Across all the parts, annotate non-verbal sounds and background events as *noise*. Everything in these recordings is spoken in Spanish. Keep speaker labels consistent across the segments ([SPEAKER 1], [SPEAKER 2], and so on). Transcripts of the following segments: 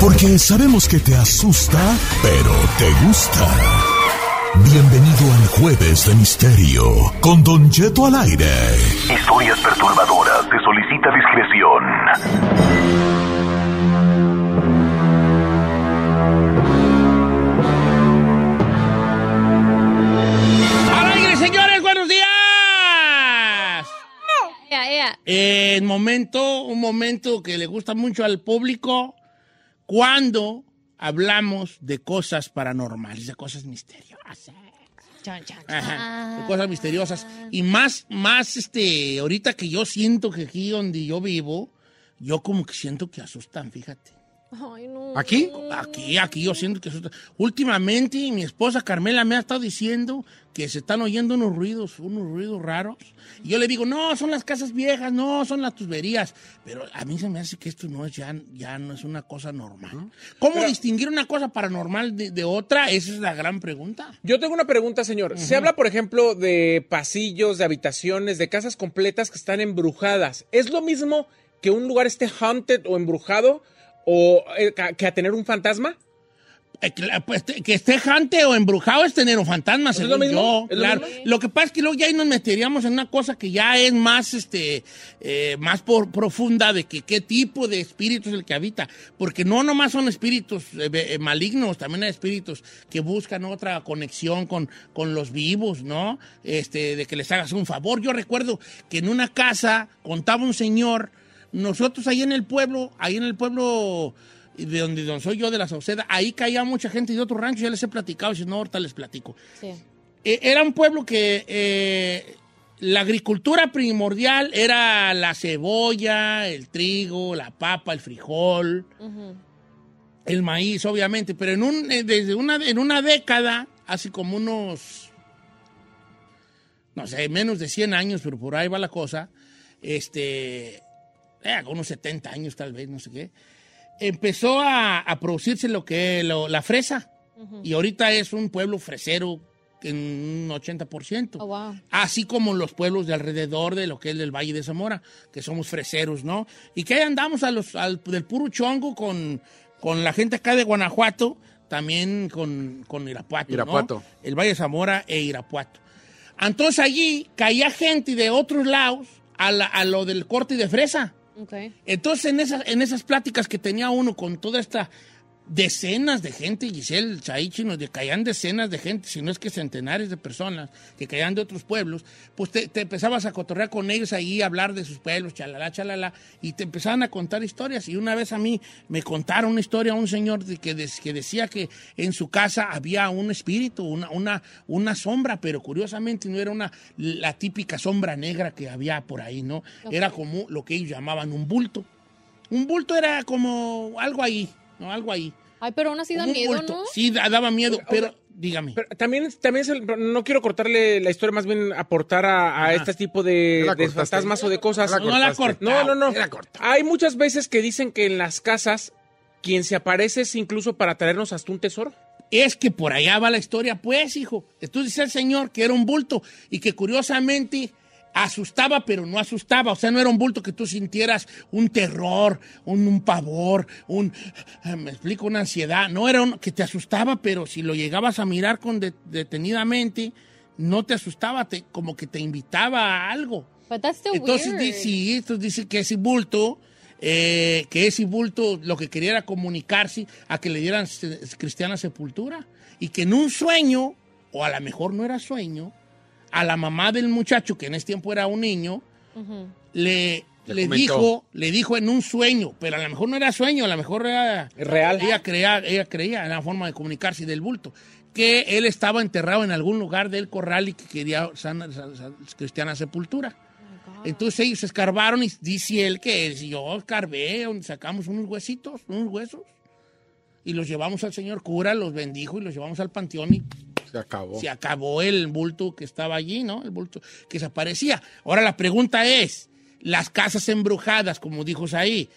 [SPEAKER 1] Porque sabemos que te asusta, pero te gusta. Bienvenido al Jueves de Misterio con Don Cheto al aire.
[SPEAKER 2] Historias perturbadoras. Se solicita discreción.
[SPEAKER 3] En eh, momento, un momento que le gusta mucho al público cuando hablamos de cosas paranormales, de cosas misteriosas. Ajá, de cosas misteriosas. Y más, más, este, ahorita que yo siento que aquí donde yo vivo, yo como que siento que asustan, fíjate.
[SPEAKER 4] Ay, no.
[SPEAKER 3] ¿Aquí? Aquí, aquí yo siento que asustan. Últimamente mi esposa Carmela me ha estado diciendo que se están oyendo unos ruidos, unos ruidos raros. Y yo le digo, no, son las casas viejas, no, son las tuberías. Pero a mí se me hace que esto no es ya, ya no es una cosa normal. ¿Cómo Pero, distinguir una cosa paranormal de, de, otra? Esa es la gran pregunta.
[SPEAKER 5] Yo tengo una pregunta, señor. Uh -huh. Se habla, por ejemplo, de pasillos, de habitaciones, de casas completas que están embrujadas. ¿Es lo mismo que un lugar esté haunted o embrujado? o eh, que a tener un fantasma?
[SPEAKER 3] Eh, que, pues, que esté jante o embrujado es tener un fantasma, según lo mismo? yo. Claro. Lo, lo, que pasa es que luego ya ahí nos meteríamos en una cosa que ya es más, este, eh, más por, profunda de que qué tipo de espíritu es el que habita. Porque no nomás son espíritus eh, malignos, también hay espíritus que buscan otra conexión con, con los vivos, ¿no? Este, de que les hagas un favor. Yo recuerdo que en una casa contaba un señor nosotros ahí en el pueblo, ahí en el pueblo de donde, donde soy yo, de la Sauceda, ahí caía mucha gente de otro rancho, ya les he platicado, si no, ahorita les platico. Sí. Eh, era un pueblo que eh, la agricultura primordial era la cebolla, el trigo, la papa, el frijol, uh -huh. el maíz, obviamente, pero en, un, eh, desde una, en una década, así como unos, no sé, menos de 100 años, pero por ahí va la cosa, este... Eh, unos 70 años tal vez, no sé qué, empezó a, a producirse lo que lo, la fresa. Uh -huh. Y ahorita es un pueblo fresero en un 80%.
[SPEAKER 4] Oh, wow.
[SPEAKER 3] Así como los pueblos de alrededor de lo que es el Valle de Zamora, que somos freseros, ¿no? Y que ahí andamos a los, al, del puro chongo con, con la gente acá de Guanajuato, también con, con Irapuato.
[SPEAKER 5] Irapuato. ¿no?
[SPEAKER 3] El Valle de Zamora e Irapuato. Entonces allí caía gente de otros lados a, la, a lo del corte de fresa.
[SPEAKER 4] Okay.
[SPEAKER 3] Entonces, en esas, en esas pláticas que tenía uno con toda esta decenas de gente, Giselle Chaichi, nos de, caían decenas de gente, si no es que centenares de personas que caían de otros pueblos, pues te, te empezabas a cotorrear con ellos ahí, a hablar de sus pueblos, chalala, chalala, y te empezaban a contar historias. Y una vez a mí me contaron una historia a un señor de, que, de, que decía que en su casa había un espíritu, una, una, una sombra, pero curiosamente no era una, la típica sombra negra que había por ahí, ¿no? Okay. Era como lo que ellos llamaban un bulto. Un bulto era como algo ahí, no, algo ahí.
[SPEAKER 4] Ay, pero aún así da miedo, bulto. ¿no?
[SPEAKER 3] Sí, daba miedo, pero dígame. Pero
[SPEAKER 5] también, también el, no quiero cortarle la historia, más bien aportar a, a este tipo de, de fantasmas o de cosas.
[SPEAKER 3] La no la corta.
[SPEAKER 5] No, no, no. Hay muchas veces que dicen que en las casas quien se aparece es incluso para traernos hasta un tesoro.
[SPEAKER 3] Es que por allá va la historia, pues, hijo. Entonces dice el señor que era un bulto y que curiosamente asustaba, pero no asustaba. O sea, no era un bulto que tú sintieras un terror, un, un pavor, un, ah, me explico, una ansiedad. No era un, que te asustaba, pero si lo llegabas a mirar con de, detenidamente, no te asustaba, te, como que te invitaba a algo.
[SPEAKER 4] But that's
[SPEAKER 3] entonces, dice, entonces dice que ese bulto eh, que ese bulto lo que quería era comunicarse a que le dieran se- cristiana sepultura y que en un sueño, o a lo mejor no era sueño, a la mamá del muchacho, que en ese tiempo era un niño,
[SPEAKER 4] Ujú.
[SPEAKER 3] le,
[SPEAKER 5] Le
[SPEAKER 3] le
[SPEAKER 5] comentó.
[SPEAKER 3] dijo, le dijo en un sueño, pero a lo mejor no era sueño, a lo mejor era...
[SPEAKER 5] Real.
[SPEAKER 3] Ella creía, ella creía en la forma de comunicarse del bulto, que él estaba enterrado en algún lugar del corral y que quería sana- san- san- cristiana sepultura. Entonces ellos escarbaron y dice él que él, si yo escarbé, donde sacamos unos huesitos, unos huesos, y los llevamos al señor cura, los bendijo y los llevamos al panteón y
[SPEAKER 6] Se acabó.
[SPEAKER 3] se acabó el bulto que estaba allí, ¿no? El bulto que se aparecía. Ahora la pregunta es, las casas embrujadas, como dijo ahí,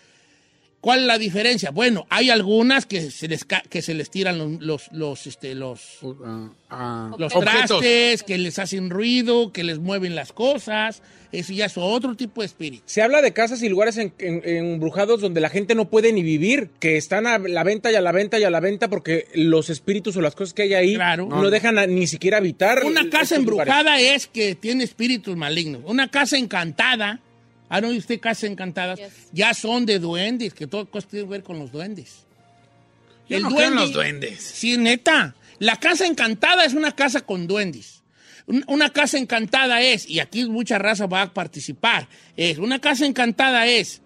[SPEAKER 3] ¿cuál es la diferencia? Bueno, hay algunas que se les, ca- que se les tiran los, los, los, este, los,
[SPEAKER 6] Uh, ah, ah.
[SPEAKER 3] los
[SPEAKER 6] Objetos.
[SPEAKER 3] trastes, que les hacen ruido, que les mueven las cosas. Eso ya es otro tipo de espíritu.
[SPEAKER 5] Se habla de casas y lugares en- en- embrujados donde la gente no puede ni vivir, que están a la venta y a la venta y a la venta porque los espíritus o las cosas que hay ahí
[SPEAKER 3] Claro.
[SPEAKER 5] no dejan a- ni siquiera habitar.
[SPEAKER 3] Una
[SPEAKER 5] estos lugares.
[SPEAKER 3] casa embrujada es que tiene espíritus malignos. Una casa encantada, ¿ha no oído usted casas encantadas?
[SPEAKER 4] Yes.
[SPEAKER 3] Ya son de duendes, que todo cosa tiene que ver con los duendes.
[SPEAKER 6] Yo
[SPEAKER 3] el
[SPEAKER 6] no creo en
[SPEAKER 3] duende-
[SPEAKER 6] los duendes.
[SPEAKER 3] Sí, neta. La casa encantada es una casa con duendes. Un- Una casa encantada es, y aquí mucha raza va a participar, es una casa encantada es,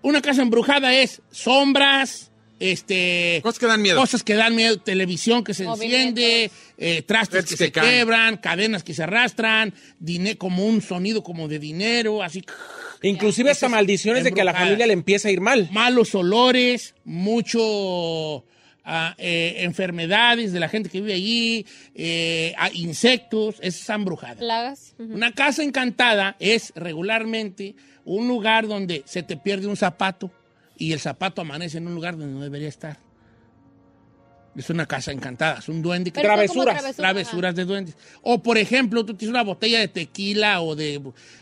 [SPEAKER 3] una casa embrujada es sombras, este,
[SPEAKER 6] Cosas que dan miedo.
[SPEAKER 3] cosas que dan miedo, televisión que se
[SPEAKER 4] Movimientos.
[SPEAKER 3] enciende, eh, trastes
[SPEAKER 6] Redes
[SPEAKER 3] que,
[SPEAKER 6] que
[SPEAKER 3] se
[SPEAKER 6] caen.
[SPEAKER 3] quebran, cadenas que se arrastran, dine- como un sonido como de dinero, así
[SPEAKER 5] Inclusive hasta maldiciones de que a la
[SPEAKER 3] embrujadas.
[SPEAKER 5] familia le empieza a ir mal.
[SPEAKER 3] malos olores, mucho ah, eh, enfermedades de la gente que vive allí, eh, ah, insectos, esa es embrujada.
[SPEAKER 4] Plagas. ujú.
[SPEAKER 3] Una casa encantada es regularmente un lugar donde se te pierde un zapato y el zapato amanece en un lugar donde no debería estar. Es una casa encantada, es un duende que
[SPEAKER 4] Pero son como
[SPEAKER 5] Travesuras,
[SPEAKER 4] travesuras,
[SPEAKER 3] travesuras de duendes. O, por ejemplo, tú tienes una botella de tequila o de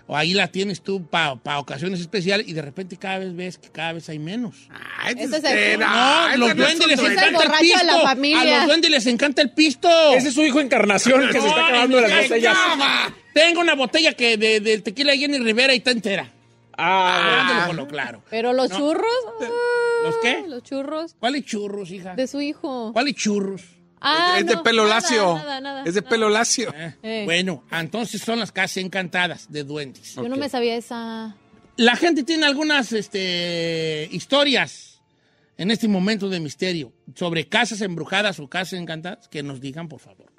[SPEAKER 3] o ahí la tienes tú para ocasiones especiales y de repente cada vez ves que cada vez hay menos.
[SPEAKER 6] Ay,
[SPEAKER 4] Ese es el-
[SPEAKER 6] usted,
[SPEAKER 4] No,
[SPEAKER 3] No,
[SPEAKER 6] ay, usted Ah, no
[SPEAKER 3] los
[SPEAKER 6] es
[SPEAKER 3] duendes
[SPEAKER 6] un duende.
[SPEAKER 3] les
[SPEAKER 4] Es el
[SPEAKER 3] encanta el
[SPEAKER 4] borracho
[SPEAKER 3] pisto.
[SPEAKER 4] de la
[SPEAKER 3] A
[SPEAKER 4] familia.
[SPEAKER 3] los duendes les encanta el pisto.
[SPEAKER 5] Ese es su hijo
[SPEAKER 3] *laughs*
[SPEAKER 5] encarnación que se está
[SPEAKER 3] No,
[SPEAKER 5] acabando
[SPEAKER 3] en
[SPEAKER 5] las
[SPEAKER 3] mi
[SPEAKER 5] botellas.
[SPEAKER 3] cama. Tengo una botella que de, del tequila de Jenny Rivera y está entera.
[SPEAKER 5] Ah,
[SPEAKER 3] ¿Dónde lo colo? Claro.
[SPEAKER 4] Pero los
[SPEAKER 3] No.
[SPEAKER 4] churros. ah,
[SPEAKER 3] ¿Los qué?
[SPEAKER 4] Los churros
[SPEAKER 3] ¿Cuáles churros, hija?
[SPEAKER 4] de su hijo.
[SPEAKER 3] ¿Cuáles churros?
[SPEAKER 4] Ah,
[SPEAKER 6] Es de
[SPEAKER 4] no,
[SPEAKER 6] pelo
[SPEAKER 4] nada,
[SPEAKER 6] lacio.
[SPEAKER 4] nada, nada,
[SPEAKER 6] Es de
[SPEAKER 4] nada.
[SPEAKER 6] pelo lacio.
[SPEAKER 3] Eh,
[SPEAKER 4] Eh.
[SPEAKER 3] Bueno, entonces son las casas encantadas de duendes.
[SPEAKER 4] Yo no me sabía esa.
[SPEAKER 3] La gente tiene algunas este, historias en este momento de misterio sobre casas embrujadas o casas encantadas que nos digan, por favor.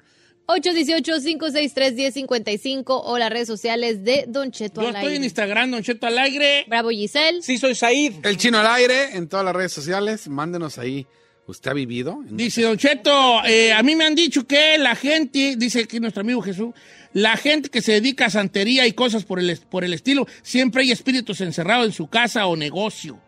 [SPEAKER 4] 818-563-1055 o las redes sociales de Don Cheto
[SPEAKER 3] Yo
[SPEAKER 4] al
[SPEAKER 3] estoy en
[SPEAKER 4] aire.
[SPEAKER 3] Instagram, Don Cheto Alegre.
[SPEAKER 4] Bravo Giselle.
[SPEAKER 5] Sí, soy Said.
[SPEAKER 6] El chino al aire en todas las redes sociales. Mándenos ahí. ¿Usted ha vivido? en-
[SPEAKER 3] Dice Don Cheto, eh, a mí me han dicho que la gente, dice aquí nuestro amigo Jesús, la gente que se dedica a santería y cosas por el, por el estilo, siempre hay espíritus encerrados en su casa o negocio.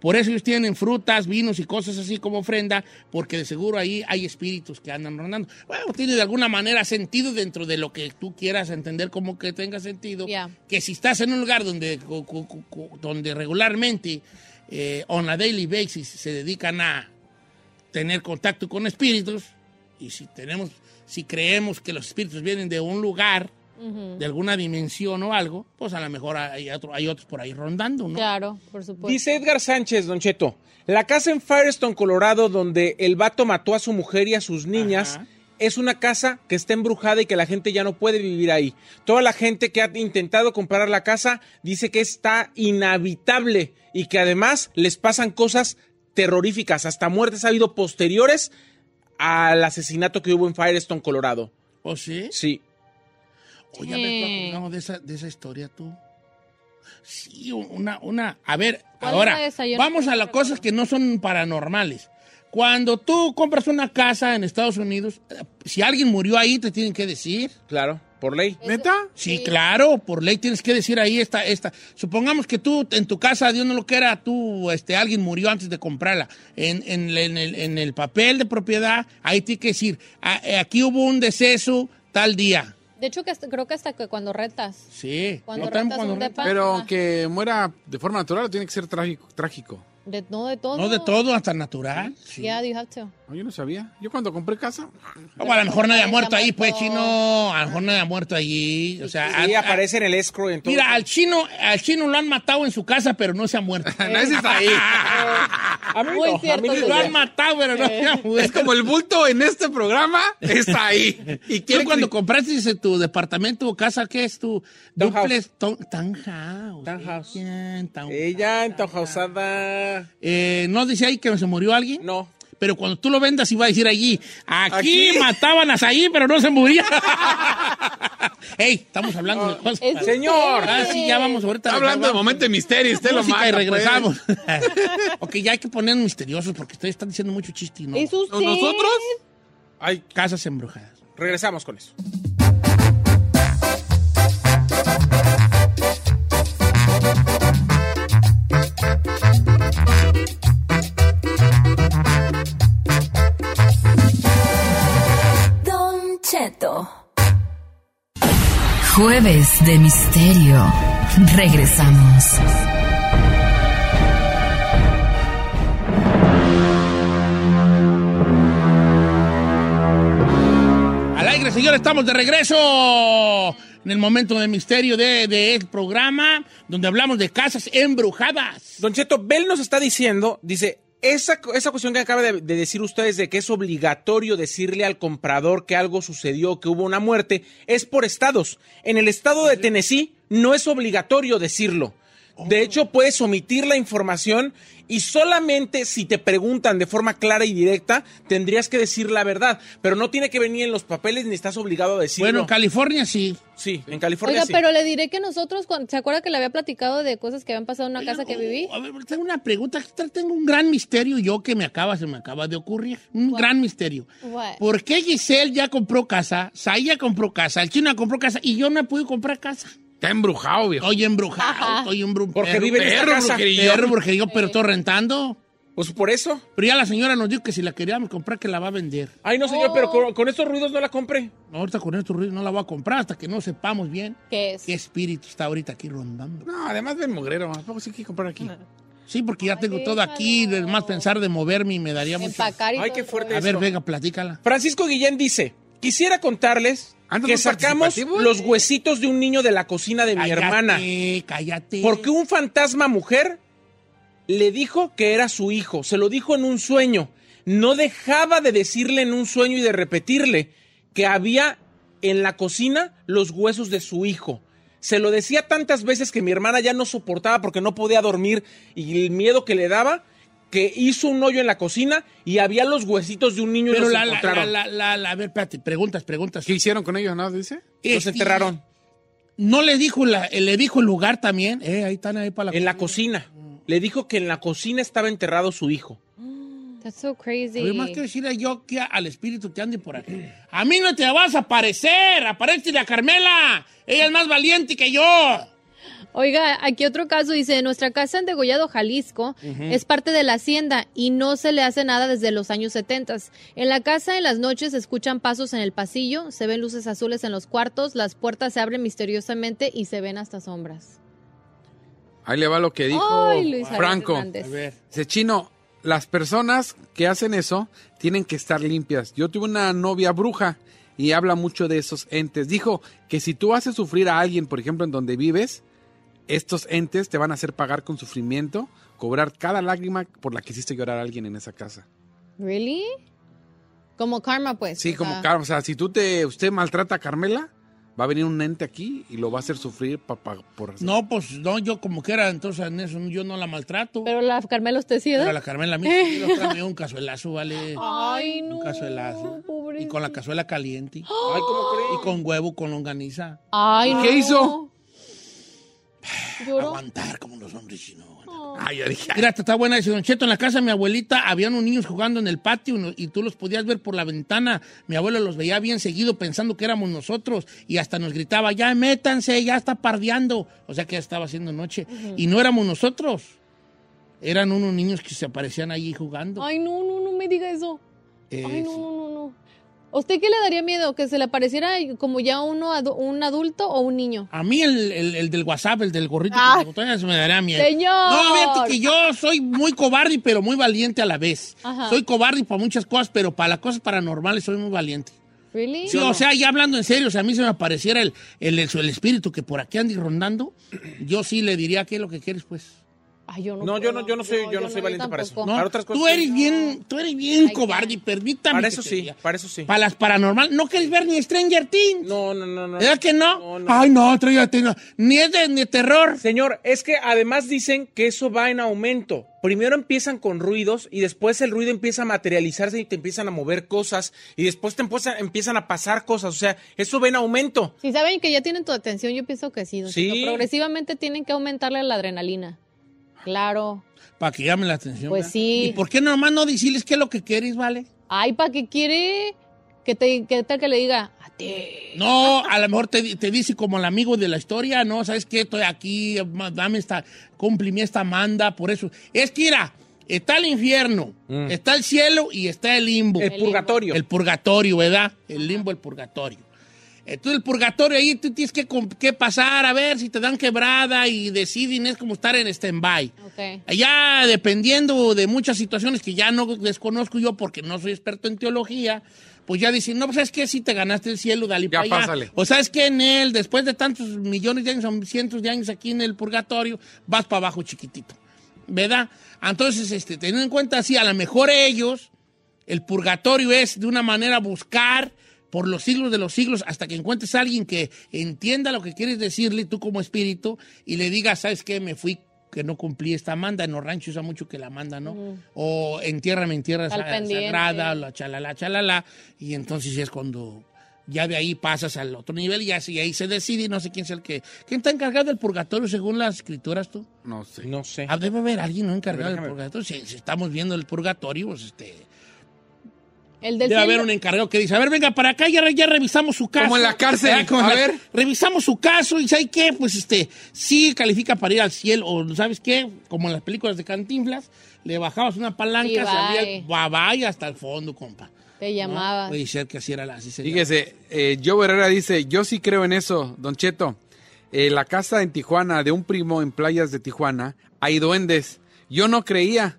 [SPEAKER 3] Por eso ellos tienen frutas, vinos y cosas así como ofrenda, porque de seguro ahí hay espíritus que andan rondando. Bueno, tiene de alguna manera sentido dentro de lo que tú quieras entender como que tenga sentido.
[SPEAKER 4] Ya.
[SPEAKER 3] Que si estás en un lugar donde, cu- cu- cu- cu- donde regularmente, eh, on a daily basis, se dedican a tener contacto con espíritus y si tenemos si creemos que los espíritus vienen de un lugar de alguna dimensión o algo pues a lo mejor hay otro, hay otros por ahí rondando no
[SPEAKER 4] Claro, por supuesto.
[SPEAKER 5] Dice Edgar Sánchez, Don Cheto, la casa en Firestone, Colorado, donde el vato mató a su mujer y a sus niñas,
[SPEAKER 3] Ajá.
[SPEAKER 5] es una casa que está embrujada y que la gente ya no puede vivir ahí. Toda la gente que ha intentado comprar la casa dice que está inhabitable y que además les pasan cosas terroríficas, hasta muertes ha habido posteriores al asesinato que hubo en Firestone, Colorado.
[SPEAKER 3] o sí
[SPEAKER 5] Sí.
[SPEAKER 3] oye a ver,
[SPEAKER 4] Sí.
[SPEAKER 3] platicamos de esa de esa historia tú sí una una a ver
[SPEAKER 4] ¿Cuál
[SPEAKER 3] ahora
[SPEAKER 4] era esa? Yo no
[SPEAKER 3] vamos a las
[SPEAKER 4] recuerdo.
[SPEAKER 3] cosas que no son paranormales cuando tú compras una casa en Estados Unidos eh, si alguien murió ahí te tienen que decir
[SPEAKER 5] Claro, por ley.
[SPEAKER 6] ¿Neta?
[SPEAKER 3] Sí,
[SPEAKER 4] Sí.
[SPEAKER 3] claro, por ley tienes que decir ahí esta, esta. Supongamos que tú en tu casa, Dios no lo quiera, tú, este, alguien murió antes de comprarla. En, en- en el, en el papel de propiedad, ahí tiene que decir, "A- eh, aquí hubo un deceso tal día.
[SPEAKER 4] De hecho, que hasta- creo que hasta que cuando retas.
[SPEAKER 3] Sí.
[SPEAKER 4] Cuando
[SPEAKER 3] No tan
[SPEAKER 4] rentas un
[SPEAKER 3] cuando-
[SPEAKER 4] depa.
[SPEAKER 6] Pero
[SPEAKER 4] ajá.
[SPEAKER 6] que muera de forma natural tiene que ser trágico. trágico.
[SPEAKER 4] De, no de todo.
[SPEAKER 3] No de todo, hasta natural. Sí.
[SPEAKER 4] Yeah, you have to.
[SPEAKER 6] No, yo no sabía. Yo cuando compré casa,
[SPEAKER 3] O a lo mejor nadie ha muerto ahí, pues,
[SPEAKER 4] Está muerto.
[SPEAKER 3] chino. A lo mejor nadie ha muerto allí. O sea,
[SPEAKER 5] Y
[SPEAKER 3] a- a-
[SPEAKER 5] aparece en el escrow y en todo.
[SPEAKER 3] mira, al chino, al chino lo han matado en su casa, pero no se ha
[SPEAKER 5] *laughs*
[SPEAKER 3] muerto.
[SPEAKER 6] nadie se
[SPEAKER 4] *laughs*
[SPEAKER 6] está ahí.
[SPEAKER 5] a mí
[SPEAKER 4] Muy
[SPEAKER 5] no, a mí
[SPEAKER 4] cierto,
[SPEAKER 5] no.
[SPEAKER 3] *laughs*
[SPEAKER 5] *laughs*
[SPEAKER 3] lo han matado, pero no se ha
[SPEAKER 6] Es
[SPEAKER 3] muerto.
[SPEAKER 6] como el bulto en este programa, está ahí. Y
[SPEAKER 3] ¿Tú
[SPEAKER 6] quiere
[SPEAKER 3] cuando
[SPEAKER 6] cri-
[SPEAKER 3] compraste dice, tu departamento o casa, qué es tu
[SPEAKER 5] Townhouse.
[SPEAKER 3] duplex? Ton- Townhouse.
[SPEAKER 5] Townhouse.
[SPEAKER 3] Ella en townhouse.
[SPEAKER 6] Eh.
[SPEAKER 5] Ella entojosada.
[SPEAKER 3] Eh, no dice ahí que se murió alguien,
[SPEAKER 5] No.
[SPEAKER 3] pero cuando tú lo vendas iba a decir allí, aquí,
[SPEAKER 6] Aquí. *laughs*
[SPEAKER 3] mataban a Saí, pero no se murió. Ey, estamos hablando de cosas.
[SPEAKER 4] Es-
[SPEAKER 5] Señor.
[SPEAKER 3] Ah, sí, ya vamos ahorita.
[SPEAKER 6] Está hablando de momento de misterio, usted lo
[SPEAKER 3] música
[SPEAKER 6] mata.
[SPEAKER 3] y
[SPEAKER 6] pues.
[SPEAKER 3] regresamos.
[SPEAKER 6] *laughs*
[SPEAKER 3] ok, ya hay que poner misteriosos porque ustedes están diciendo mucho chiste y no.
[SPEAKER 4] ¿Es usted?
[SPEAKER 6] ¿Nosotros?
[SPEAKER 5] Ay,
[SPEAKER 3] Casas embrujadas.
[SPEAKER 6] pues.
[SPEAKER 5] regresamos con eso.
[SPEAKER 7] Don Cheto.
[SPEAKER 8] Jueves de misterio. Regresamos.
[SPEAKER 3] Al aire, señores, estamos de regreso en el momento del misterio de, de el programa donde hablamos de casas embrujadas.
[SPEAKER 5] Don Cheto, Bel nos está diciendo, dice, esa, esa cuestión que acaba de, de decir ustedes de que es obligatorio decirle al comprador que algo sucedió, que hubo una muerte, es por estados. En el estado de Tennessee no es obligatorio decirlo. De hecho, puedes omitir la información y solamente si te preguntan de forma clara y directa, tendrías que decir la verdad. Pero no tiene que venir en los papeles ni estás obligado a decirlo.
[SPEAKER 3] bueno, en California sí.
[SPEAKER 5] sí, en California
[SPEAKER 4] Oiga,
[SPEAKER 5] sí.
[SPEAKER 4] pero le diré que nosotros, cuando- ¿se acuerda que le había platicado de cosas que habían pasado en una casa que
[SPEAKER 3] Oh,
[SPEAKER 4] viví?
[SPEAKER 3] a ver, tengo una pregunta. Tengo un gran misterio yo que me acaba, se me acaba de ocurrir. Un gran misterio.
[SPEAKER 4] What?
[SPEAKER 3] ¿Por qué Giselle ya compró casa? Sai ya compró casa, el chino ya compró casa y yo no he podido comprar casa.
[SPEAKER 6] Está embrujado, viejo.
[SPEAKER 3] Estoy embrujado, estoy embrujado.
[SPEAKER 5] Porque vive en esta
[SPEAKER 6] perro,
[SPEAKER 5] casa.
[SPEAKER 6] brujería.
[SPEAKER 3] Perro, porque yo, pero estoy rentando.
[SPEAKER 5] Pues por eso.
[SPEAKER 3] Pero ya la señora nos dijo que si la queríamos comprar, que la va a vender.
[SPEAKER 5] Ay, no, señor, pero con, con estos ruidos no la compre.
[SPEAKER 3] No, ahorita con estos ruidos no la voy a comprar hasta que no sepamos bien
[SPEAKER 4] ¿Qué es?
[SPEAKER 3] qué espíritu está ahorita aquí rondando.
[SPEAKER 6] No, además del mugrero, ¿a poco sí que comprar aquí?
[SPEAKER 3] Sí, porque ya tengo todo
[SPEAKER 4] déjalo.
[SPEAKER 3] aquí, más pensar de moverme y me daría mucho.
[SPEAKER 4] Empacar y
[SPEAKER 5] Ay,
[SPEAKER 4] todo
[SPEAKER 5] qué
[SPEAKER 4] el
[SPEAKER 5] fuerte.
[SPEAKER 3] A
[SPEAKER 4] rollo.
[SPEAKER 3] ver,
[SPEAKER 5] Eso.
[SPEAKER 3] Vega, platícala.
[SPEAKER 5] Francisco Guillén dice, quisiera contarles
[SPEAKER 6] Andan
[SPEAKER 5] que
[SPEAKER 6] muy
[SPEAKER 5] sacamos
[SPEAKER 3] eh?"
[SPEAKER 6] participativos.
[SPEAKER 5] los huesitos de un niño de la cocina de mi
[SPEAKER 3] Cállate,
[SPEAKER 5] hermana
[SPEAKER 3] Cállate.
[SPEAKER 5] porque un fantasma mujer le dijo que era su hijo, se lo dijo en un sueño, no dejaba de decirle en un sueño y de repetirle que había en la cocina los huesos de su hijo. Se lo decía tantas veces que mi hermana ya no soportaba porque no podía dormir y el miedo que le daba que hizo un hoyo en la cocina y había los huesitos de un niño y
[SPEAKER 3] Pero
[SPEAKER 5] los
[SPEAKER 3] la, la, la,
[SPEAKER 5] encontraron.
[SPEAKER 3] la, la- la- a ver, espérate, preguntas, preguntas.
[SPEAKER 6] ¿Qué hicieron con ellos? ¿No? Dice.
[SPEAKER 5] Los
[SPEAKER 3] Este,
[SPEAKER 5] enterraron
[SPEAKER 3] No le dijo, la, le dijo el lugar también. Eh, ahí están ahí para la
[SPEAKER 5] en la cocina. Le dijo que en la cocina estaba enterrado su hijo.
[SPEAKER 4] That's so crazy.
[SPEAKER 3] Además, quiero decirle yo que al espíritu te ande por aquí. A mí no te vas a aparecer. Aparece a Carmela. Ella es más valiente que yo.
[SPEAKER 4] Oiga, aquí otro caso dice, nuestra casa en Degollado, Jalisco, es parte de la hacienda y no se le hace nada desde los años 70. En la casa en las noches se escuchan pasos en el pasillo, se ven luces azules en los cuartos, las puertas se abren misteriosamente y se ven hasta sombras.
[SPEAKER 6] Ahí le va lo que dijo
[SPEAKER 4] Ay, Luis Javier
[SPEAKER 6] Franco.
[SPEAKER 4] Hernández.
[SPEAKER 3] A ver.
[SPEAKER 6] Dice, chino, las personas que hacen eso tienen que estar limpias. Yo tuve una novia bruja y habla mucho de esos entes. Dijo que si tú haces sufrir a alguien, por ejemplo, en donde vives, estos entes te van a hacer pagar con sufrimiento, cobrar cada lágrima por la que hiciste llorar a alguien en esa casa.
[SPEAKER 4] ¿Really? Como karma, pues.
[SPEAKER 6] Sí,
[SPEAKER 4] o
[SPEAKER 6] como
[SPEAKER 4] sea,
[SPEAKER 6] Carmen, o sea, si tú te, usted maltrata a Carmela, va a venir un ente aquí y lo va a hacer sufrir pa- pa- por hacer-
[SPEAKER 3] No, pues no, yo como quiera, entonces en eso yo no la maltrato. Pero,
[SPEAKER 4] Pero la Carmela usted sí,
[SPEAKER 3] a
[SPEAKER 4] ¿verdad?
[SPEAKER 3] la Carmela a mí sí, la otra me dio un cazuelazo, vale.
[SPEAKER 4] Ay, no.
[SPEAKER 3] un cazuelazo. Y con la cazuela caliente.
[SPEAKER 5] Ay, ¿cómo crees?
[SPEAKER 3] Y con huevo, con longaniza.
[SPEAKER 4] Ay,
[SPEAKER 6] ¿Y qué
[SPEAKER 4] no.
[SPEAKER 6] hizo?
[SPEAKER 4] Lloró.
[SPEAKER 3] Aguantar como los hombres si no. aguantar.
[SPEAKER 4] Oh.
[SPEAKER 6] Ay, yo dije,
[SPEAKER 3] Mira, está buena. Dice Don Cheto, en la casa de mi abuelita habían unos niños jugando en el patio no- y tú los podías ver por la ventana. Mi abuelo los veía bien seguido pensando que éramos nosotros y hasta nos gritaba, ya métanse, ya está pardeando. O sea que ya estaba haciendo noche. Y no éramos nosotros. Eran unos niños que se aparecían allí jugando.
[SPEAKER 4] Ay, no, no, no me diga eso.
[SPEAKER 3] Eh,
[SPEAKER 4] Ay, no,
[SPEAKER 3] sí.
[SPEAKER 4] no, no, no. ¿A ¿Usted qué le daría miedo? ¿Que se le apareciera como ya uno adu- un adulto o un niño?
[SPEAKER 3] A mí el, el- el del WhatsApp, el del gorrito
[SPEAKER 4] Ah.
[SPEAKER 3] con botones, me daría miedo.
[SPEAKER 4] Señor.
[SPEAKER 3] No, fíjate que yo soy muy cobarde, pero muy valiente a la vez.
[SPEAKER 4] Ajá.
[SPEAKER 3] Soy cobarde para muchas cosas, pero para las cosas paranormales soy muy valiente.
[SPEAKER 4] ¿Really?
[SPEAKER 3] Sí, o sea, ya hablando en serio, si a mí se me apareciera el, el, el- el espíritu que por aquí ande rondando, yo sí le diría qué es lo que quieres, pues.
[SPEAKER 4] Ay, yo no,
[SPEAKER 5] No, yo
[SPEAKER 4] puedo.
[SPEAKER 5] no, yo no soy, yo no soy valiente para eso.
[SPEAKER 4] tampoco.
[SPEAKER 3] No,
[SPEAKER 5] Para otras cosas.
[SPEAKER 3] tú
[SPEAKER 5] sí.
[SPEAKER 3] eres bien, tú eres bien cobarde, y permítame.
[SPEAKER 5] Para
[SPEAKER 3] que
[SPEAKER 5] eso
[SPEAKER 3] te
[SPEAKER 5] sí,
[SPEAKER 3] diga.
[SPEAKER 5] para eso sí.
[SPEAKER 3] Para las paranormales, no quieres ver ni Stranger Things.
[SPEAKER 5] No, no, no, no.
[SPEAKER 3] ¿Verdad que no?
[SPEAKER 5] No, no.
[SPEAKER 3] Ay, no, Stranger Things, no. Ni es de ni de terror.
[SPEAKER 5] Señor, es que además dicen que eso va en aumento. Primero empiezan con ruidos y después el ruido empieza a materializarse y te empiezan a mover cosas y después te empieza- empiezan a pasar cosas. O sea, eso va en aumento.
[SPEAKER 4] Si saben que ya tienen tu atención, yo pienso que sí. don
[SPEAKER 5] Sí.
[SPEAKER 4] Cheto. Progresivamente tienen que aumentarle la adrenalina. Claro.
[SPEAKER 3] Para que llame la atención.
[SPEAKER 4] Pues
[SPEAKER 3] ¿verdad?
[SPEAKER 4] sí.
[SPEAKER 3] ¿Y por qué nomás no decirles qué es lo que quieres, vale?
[SPEAKER 4] Ay, ¿para qué quiere que te que, tal que le diga? A ti.
[SPEAKER 3] No, a lo mejor te, te dice como el amigo de la historia, no, ¿sabes qué? Estoy aquí, ma- dame esta, cumplime esta manda, por eso. Es que mira, está el infierno, está el cielo y está el limbo.
[SPEAKER 5] Mm. El, purgatorio.
[SPEAKER 3] El purgatorio, ¿verdad? El limbo, el purgatorio. Entonces, el purgatorio ahí tú tienes que, com- que pasar a ver si te dan quebrada y deciden, es como estar en stand-by.
[SPEAKER 4] Ok.
[SPEAKER 3] Ya dependiendo de muchas situaciones que ya no desconozco yo porque no soy experto en teología, pues ya dicen, no, pues es que si te ganaste el cielo, dale
[SPEAKER 6] Ya
[SPEAKER 3] para allá.
[SPEAKER 6] pásale.
[SPEAKER 3] O sabes que en él, después de tantos millones de años, son cientos de años aquí en el purgatorio, vas para abajo chiquitito, ¿verdad? Entonces, este, teniendo en cuenta así, a lo mejor ellos, el purgatorio es de una manera buscar por los siglos de los siglos hasta que encuentres a alguien que entienda lo que quieres decirle tú como espíritu y le digas, ¿sabes qué? Me fui que no cumplí esta manda, en los ranchos usa mucho que la manda, ¿no? O entiérrame en tierra
[SPEAKER 4] Al
[SPEAKER 3] sa-
[SPEAKER 4] pendiente.
[SPEAKER 3] sagrada, la chalala, chalala, y entonces es cuando ya de ahí pasas al otro nivel y así ahí se decide y no sé quién es el que... ¿Quién está encargado del purgatorio según las escrituras tú?
[SPEAKER 6] No sé.
[SPEAKER 5] No sé.
[SPEAKER 3] Ah, debe haber alguien ¿no? encargado
[SPEAKER 5] A ver,
[SPEAKER 3] del
[SPEAKER 5] déjame.
[SPEAKER 3] purgatorio. Si, si estamos viendo el purgatorio, pues este...
[SPEAKER 4] El del
[SPEAKER 3] Debe haber
[SPEAKER 4] cielo.
[SPEAKER 3] un encargado que dice, a ver, venga para acá, ya, ya revisamos su caso.
[SPEAKER 6] Como en la cárcel,
[SPEAKER 3] ¿Verdad? Como en
[SPEAKER 6] a
[SPEAKER 3] la-
[SPEAKER 6] ver.
[SPEAKER 3] Revisamos su caso y ¿sabes qué? Pues este, sí califica para ir al cielo, o ¿sabes qué? Como en las películas de Cantinflas, le bajabas una palanca,
[SPEAKER 4] Y
[SPEAKER 3] salía, va, vaya hasta el fondo, compa.
[SPEAKER 4] Te
[SPEAKER 3] ¿No?
[SPEAKER 4] llamaba.
[SPEAKER 3] Puede ser que así era la, así sería.
[SPEAKER 6] Fíjese, eh, Joe Herrera dice, yo sí creo en eso, Don Cheto. Eh, la casa en Tijuana de un primo en playas de Tijuana, hay duendes. Yo no creía.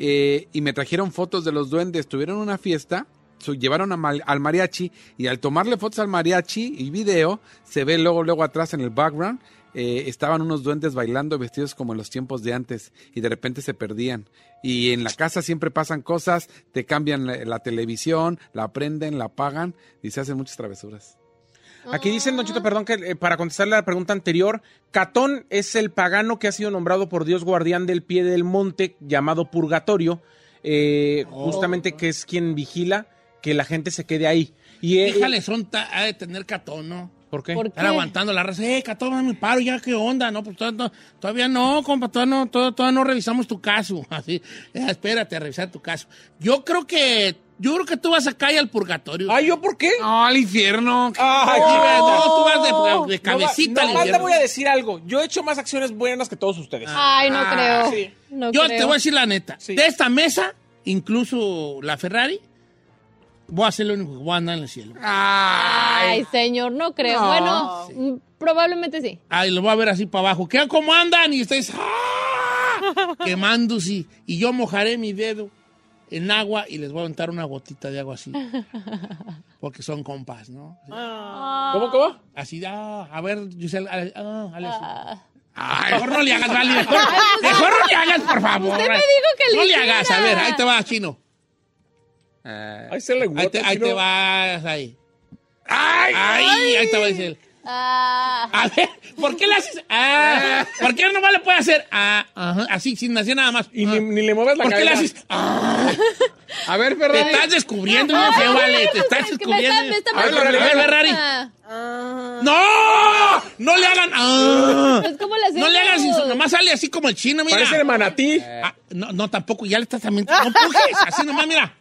[SPEAKER 6] eh, y me trajeron fotos de los duendes. Tuvieron una fiesta, su- llevaron a mal- al mariachi y al tomarle fotos al mariachi y video, se ve luego, luego atrás en el background, eh, estaban unos duendes bailando vestidos como en los tiempos de antes y de repente se perdían. Y en la casa siempre pasan cosas, te cambian la, la televisión, la prenden, la apagan y se hacen muchas travesuras.
[SPEAKER 5] Aquí dicen, Don Cheto, perdón, que eh, para contestar la pregunta anterior, Catón es el pagano que ha sido nombrado por Dios guardián del pie del monte llamado Purgatorio, eh, justamente que es quien vigila que la gente se quede ahí. Y, eh,
[SPEAKER 3] Híjale, son, ta- ha de tener catón, ¿no?
[SPEAKER 5] ¿Por qué?
[SPEAKER 4] ¿Por
[SPEAKER 3] Están aguantando la raza, eh, catón, dame un paro, ya, ¿qué onda? No, pues todavía no, todavía no, compa, todavía no, todavía, todavía no revisamos tu caso. *laughs* Así, eh, espérate a revisar tu caso. Yo creo que, yo creo que tú vas acá y al purgatorio.
[SPEAKER 5] Ay, ¿yo por qué?
[SPEAKER 6] ¡No, al infierno!
[SPEAKER 5] Ay,
[SPEAKER 3] Aquí,
[SPEAKER 5] no.
[SPEAKER 3] ¿verdad? No, tú vas de, de cabecita al
[SPEAKER 5] no, te
[SPEAKER 3] infierno.
[SPEAKER 5] voy a decir algo. Yo he hecho más acciones buenas que todos ustedes.
[SPEAKER 3] Ah.
[SPEAKER 4] Ay, no creo.
[SPEAKER 5] sí.
[SPEAKER 4] No
[SPEAKER 3] Yo
[SPEAKER 4] creo.
[SPEAKER 3] te voy a decir la neta.
[SPEAKER 5] Sí.
[SPEAKER 3] De esta mesa, incluso la Ferrari, voy a ser el único que voy a andar en el cielo.
[SPEAKER 4] Ay, señor, no creo. Bueno, mm, probablemente sí.
[SPEAKER 3] Ay, lo voy a ver así para abajo. ¿Qué, ¿Cómo andan? Y ustedes
[SPEAKER 4] *laughs*
[SPEAKER 3] ¡ah! quemándose. Y yo mojaré mi dedo en agua y les voy a aventar una gotita de agua
[SPEAKER 4] *laughs*
[SPEAKER 3] así. Porque son compas, ¿no?
[SPEAKER 4] Ah.
[SPEAKER 5] ¿Cómo, cómo?
[SPEAKER 3] Así, ah, a ver, Giselle, ah, ah, dale así. Ay, mejor no le hagas, vale. Mejor,
[SPEAKER 4] *laughs*
[SPEAKER 3] mejor no le hagas, por favor.
[SPEAKER 4] Usted me dijo que le
[SPEAKER 3] No le
[SPEAKER 4] hiciera.
[SPEAKER 3] hagas, a ver, ahí te va, chino.
[SPEAKER 5] Ahí se le
[SPEAKER 3] Ah. Ahí te,
[SPEAKER 5] gusta,
[SPEAKER 3] ahí
[SPEAKER 5] chino.
[SPEAKER 3] te vas, ahí. ¡Ay! ¡Ay! Ahí te va a decir.
[SPEAKER 4] Ah,
[SPEAKER 3] A ver, ¿por qué le haces? Ah, ¿Por qué nomás le puede hacer? Ah, ajá, así, sin hacer nada más.
[SPEAKER 5] Y
[SPEAKER 3] Ah.
[SPEAKER 5] ni, ni le mueves la
[SPEAKER 3] ¿Por qué le
[SPEAKER 5] cabeza.
[SPEAKER 3] haces? Ah,
[SPEAKER 6] A ver,
[SPEAKER 3] te
[SPEAKER 6] Ferrari.
[SPEAKER 3] estás descubriendo, no feo, vale. Te estás
[SPEAKER 4] es que me
[SPEAKER 3] descubriendo.
[SPEAKER 4] está, me está
[SPEAKER 3] A ver,
[SPEAKER 4] pasando
[SPEAKER 3] Ferrari, a ver, Ferrari.
[SPEAKER 4] Ah,
[SPEAKER 3] ¡No! ¡No le hagan! ah.
[SPEAKER 4] Es como las
[SPEAKER 3] No le hagas
[SPEAKER 4] series.
[SPEAKER 3] eso, nomás sale así como el chino, mira.
[SPEAKER 5] Parece de manatí.
[SPEAKER 3] Ah, no, no, tampoco, ya le estás también. No pujes, así nomás, mira.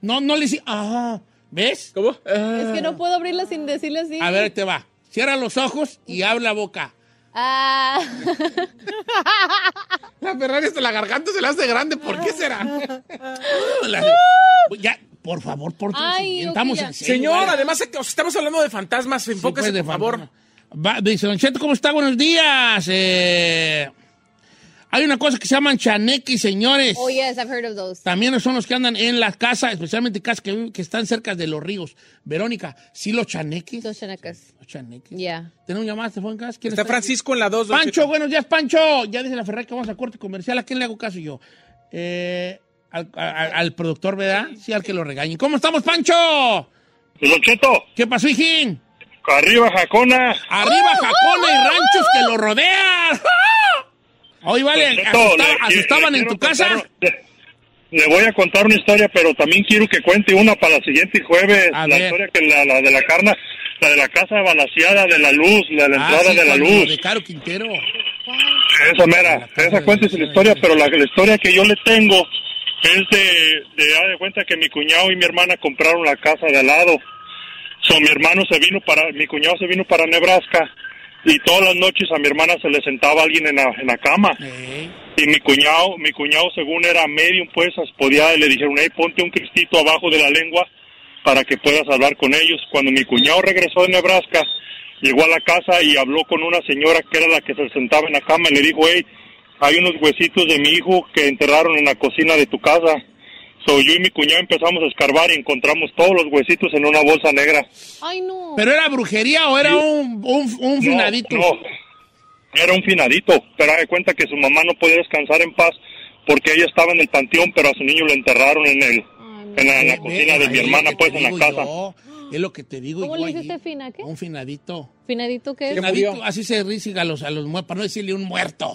[SPEAKER 3] No, no le hice. Ah, ¿ves?
[SPEAKER 5] ¿Cómo?
[SPEAKER 4] Es que no puedo abrirla sin decirle así.
[SPEAKER 3] A ver, ahí te va. Cierra los ojos y abre la boca. *laughs*
[SPEAKER 4] Ah, *laughs*
[SPEAKER 6] La Ferrari hasta la garganta se la hace grande. ¿Por qué será?
[SPEAKER 3] La- ya, Por favor, por
[SPEAKER 4] Ay,
[SPEAKER 3] favor.
[SPEAKER 4] ok, ya.
[SPEAKER 5] Señor, además eh, estamos hablando de fantasmas, enfóquese, por favor.
[SPEAKER 3] Va, dice, Don Cheto, ¿cómo está? Buenos días. Eh, hay una cosa que se llaman chanequis, señores.
[SPEAKER 4] Oh, yes, I've heard of those.
[SPEAKER 3] También son los que andan en las casas, especialmente casas que, viven- que están cerca de los ríos. Verónica, ¿sí los chanequis?
[SPEAKER 4] Los chanacas.
[SPEAKER 3] Los chanequis.
[SPEAKER 4] Yeah.
[SPEAKER 3] ¿Tenemos llamadas telefónicas? *laughs* ¿Quién
[SPEAKER 5] Está Francisco en la 2. don
[SPEAKER 3] Pancho,
[SPEAKER 5] Cheto.
[SPEAKER 3] buenos días, Pancho. Ya dice la Ferrari que vamos a corte comercial. ¿A quién le hago caso yo? Eh, al, a- al productor, ¿verdad? Sí, al que lo regañen. ¿Cómo estamos, Pancho?
[SPEAKER 7] Don Cheto,
[SPEAKER 3] ¿Qué pasó, hijín?
[SPEAKER 7] arriba Jacona.
[SPEAKER 3] Arriba Jacona y ranchos que
[SPEAKER 7] *laughs*
[SPEAKER 3] lo rodean. Hoy vale,
[SPEAKER 7] Don Cheto,
[SPEAKER 3] asusta-
[SPEAKER 7] le-
[SPEAKER 3] asustaban
[SPEAKER 7] le
[SPEAKER 3] en tu
[SPEAKER 7] quiero
[SPEAKER 3] casa.
[SPEAKER 7] contar- le- Le voy a contar una historia, pero también quiero que cuente una para la siguiente jueves.
[SPEAKER 3] A
[SPEAKER 7] la
[SPEAKER 3] ver.
[SPEAKER 7] historia que la, la de la carna, la de la casa balaseada de la luz, la de la
[SPEAKER 3] Ah,
[SPEAKER 7] entrada
[SPEAKER 3] sí,
[SPEAKER 7] de la
[SPEAKER 3] cuando
[SPEAKER 7] luz.
[SPEAKER 3] De Caro Quintero.
[SPEAKER 7] Esa mera,
[SPEAKER 3] La
[SPEAKER 7] esa cuenta es la historia, pero la, la historia que yo le tengo es de, de, haz de cuenta que mi cuñado y mi hermana compraron la casa de al lado. So, mi hermano se vino para, mi cuñado se vino para Nebraska y todas las noches a mi hermana se le sentaba alguien en la, en la cama.
[SPEAKER 3] Eh,
[SPEAKER 7] Y mi cuñado, mi cuñado según era medium, pues podía, le dijeron, hey, ponte un cristito abajo de la lengua para que puedas hablar con ellos. Cuando mi cuñado regresó de Nebraska, llegó a la casa y habló con una señora que era la que se sentaba en la cama y le dijo, hey, hay unos huesitos de mi hijo que enterraron en la cocina de tu casa. So, yo y mi cuñado empezamos a escarbar y encontramos todos los huesitos en una bolsa negra.
[SPEAKER 4] Ay, no.
[SPEAKER 3] ¿Pero era brujería o era un, un, un
[SPEAKER 7] No,
[SPEAKER 3] finadito?
[SPEAKER 7] No, era un finadito, pero haga de cuenta que su mamá no podía descansar en paz porque ella estaba en el panteón, pero a su niño lo enterraron en el en la, en la cocina de mi
[SPEAKER 3] Ay,
[SPEAKER 7] hermana,
[SPEAKER 3] es lo
[SPEAKER 7] pues
[SPEAKER 3] que
[SPEAKER 7] en la
[SPEAKER 3] digo
[SPEAKER 7] casa.
[SPEAKER 3] yo, Es lo que te digo
[SPEAKER 4] ¿Cómo
[SPEAKER 3] yo
[SPEAKER 4] le dice este
[SPEAKER 3] allí.
[SPEAKER 4] usted fina? ¿Qué?
[SPEAKER 3] Un finadito.
[SPEAKER 4] ¿Finadito qué es?
[SPEAKER 5] ¿Qué?
[SPEAKER 3] Finadito,
[SPEAKER 5] murió.
[SPEAKER 3] así se risiga a los, a los muertos, para no decirle un muerto.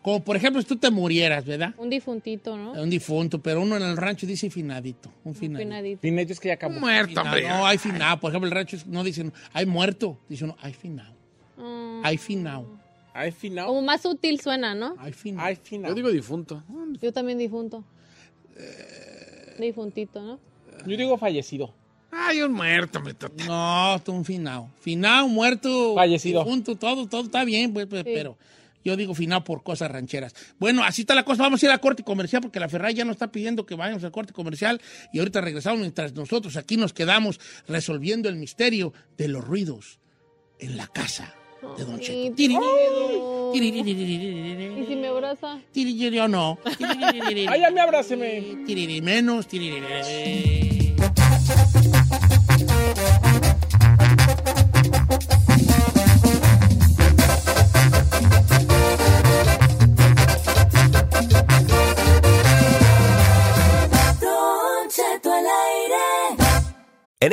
[SPEAKER 3] Como por ejemplo, si tú te murieras, ¿verdad?
[SPEAKER 4] Un difuntito, ¿no?
[SPEAKER 3] Un difunto, pero uno en el rancho dice finadito. Un finadito.
[SPEAKER 4] Finadito.
[SPEAKER 5] Dime, es que ya acabó.
[SPEAKER 6] Muerto,
[SPEAKER 3] Finado,
[SPEAKER 6] hombre.
[SPEAKER 3] No, hay finado. Por ejemplo, el rancho no dicen, hay muerto. Dice uno, hay finado. Hay finado.
[SPEAKER 5] Ay, final.
[SPEAKER 4] Como más sutil suena, ¿no?
[SPEAKER 3] Hay finado.
[SPEAKER 5] Ay,
[SPEAKER 6] Yo
[SPEAKER 5] final.
[SPEAKER 6] digo difunto.
[SPEAKER 3] pues.
[SPEAKER 4] Yo también difunto.
[SPEAKER 3] Eh.
[SPEAKER 4] Difuntito, ¿no?
[SPEAKER 5] Yo digo fallecido.
[SPEAKER 6] Ay, un muerto, hombre. total.
[SPEAKER 3] No, tú un finado. Finado, muerto.
[SPEAKER 5] Fallecido.
[SPEAKER 3] difunto, todo, todo está bien, pues, pues, pero yo digo finado por cosas rancheras. Bueno, así está la cosa. Vamos a ir a corte comercial porque la Ferrari ya nos está pidiendo que vayamos a corte comercial y ahorita regresamos mientras nosotros aquí nos quedamos resolviendo el misterio de los ruidos en la casa de Don Cheto.
[SPEAKER 4] Ay,
[SPEAKER 3] Tiri,
[SPEAKER 4] Dios.
[SPEAKER 3] tiri, tiri, tiri, tiri,
[SPEAKER 4] ¿Y si
[SPEAKER 3] tiri.
[SPEAKER 4] me abraza?
[SPEAKER 3] Tiri, tiri, yo no. Tiri, tiri, tiri.
[SPEAKER 5] Ay, ya me abráceme.
[SPEAKER 3] Tiriri menos, tiriri.
[SPEAKER 9] En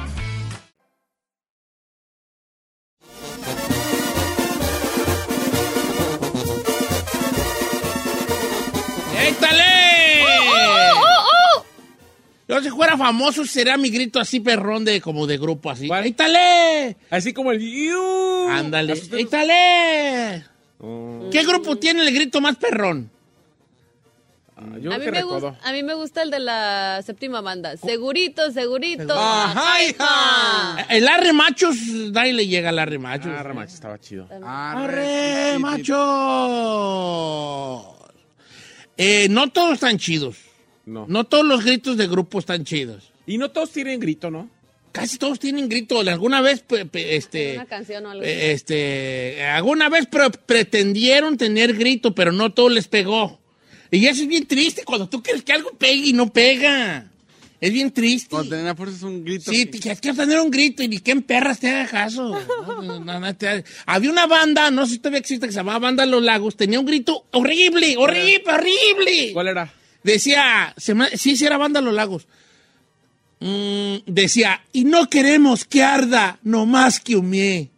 [SPEAKER 3] ¡Éctale! Yo si fuera famoso sería mi grito así perrón de como de grupo así.
[SPEAKER 5] ¿Cuál?
[SPEAKER 3] ¡Éctale!
[SPEAKER 5] Así como el.
[SPEAKER 3] Uh,
[SPEAKER 5] ¡Iu!
[SPEAKER 3] Ándale. ¡Éctale! ¿Qué grupo tiene el grito más perrón?
[SPEAKER 5] Ah, Yo
[SPEAKER 4] A mí,
[SPEAKER 5] que
[SPEAKER 4] me
[SPEAKER 5] recodo.
[SPEAKER 4] gusta, a mí me gusta el de la séptima banda. Segurito, segurito.
[SPEAKER 5] Ajá, hija.
[SPEAKER 3] El arre machos, nadie le llega al arre machos.
[SPEAKER 5] Ah, Ramacho, estaba chido. Ah,
[SPEAKER 3] ¡Arre, macho! Eh, no todos están chidos.
[SPEAKER 5] No.
[SPEAKER 3] No todos los gritos de grupo están chidos.
[SPEAKER 5] Y no todos tienen grito, ¿no?
[SPEAKER 3] Casi todos tienen grito. ¿Alguna vez, pe- pe- este,
[SPEAKER 4] Una canción o algo.
[SPEAKER 3] eh, este, alguna vez pre- pretendieron tener grito, pero no todo les pegó? Y eso es bien triste cuando tú quieres que algo pegue y no pega. Es bien triste.
[SPEAKER 6] Cuando tenés fuerza un grito.
[SPEAKER 3] Sí, que es que tener un grito y ni que en perras te haga caso. No, no, no, te haga- Había una banda, no sé si todavía existe, que se llamaba Banda Los Lagos. Tenía un grito horrible, horrible, horrible.
[SPEAKER 5] ¿Cuál era?
[SPEAKER 3] Decía, se me- sí, sí era Banda Los Lagos. Mm, decía, y no queremos que arda, no más que humie.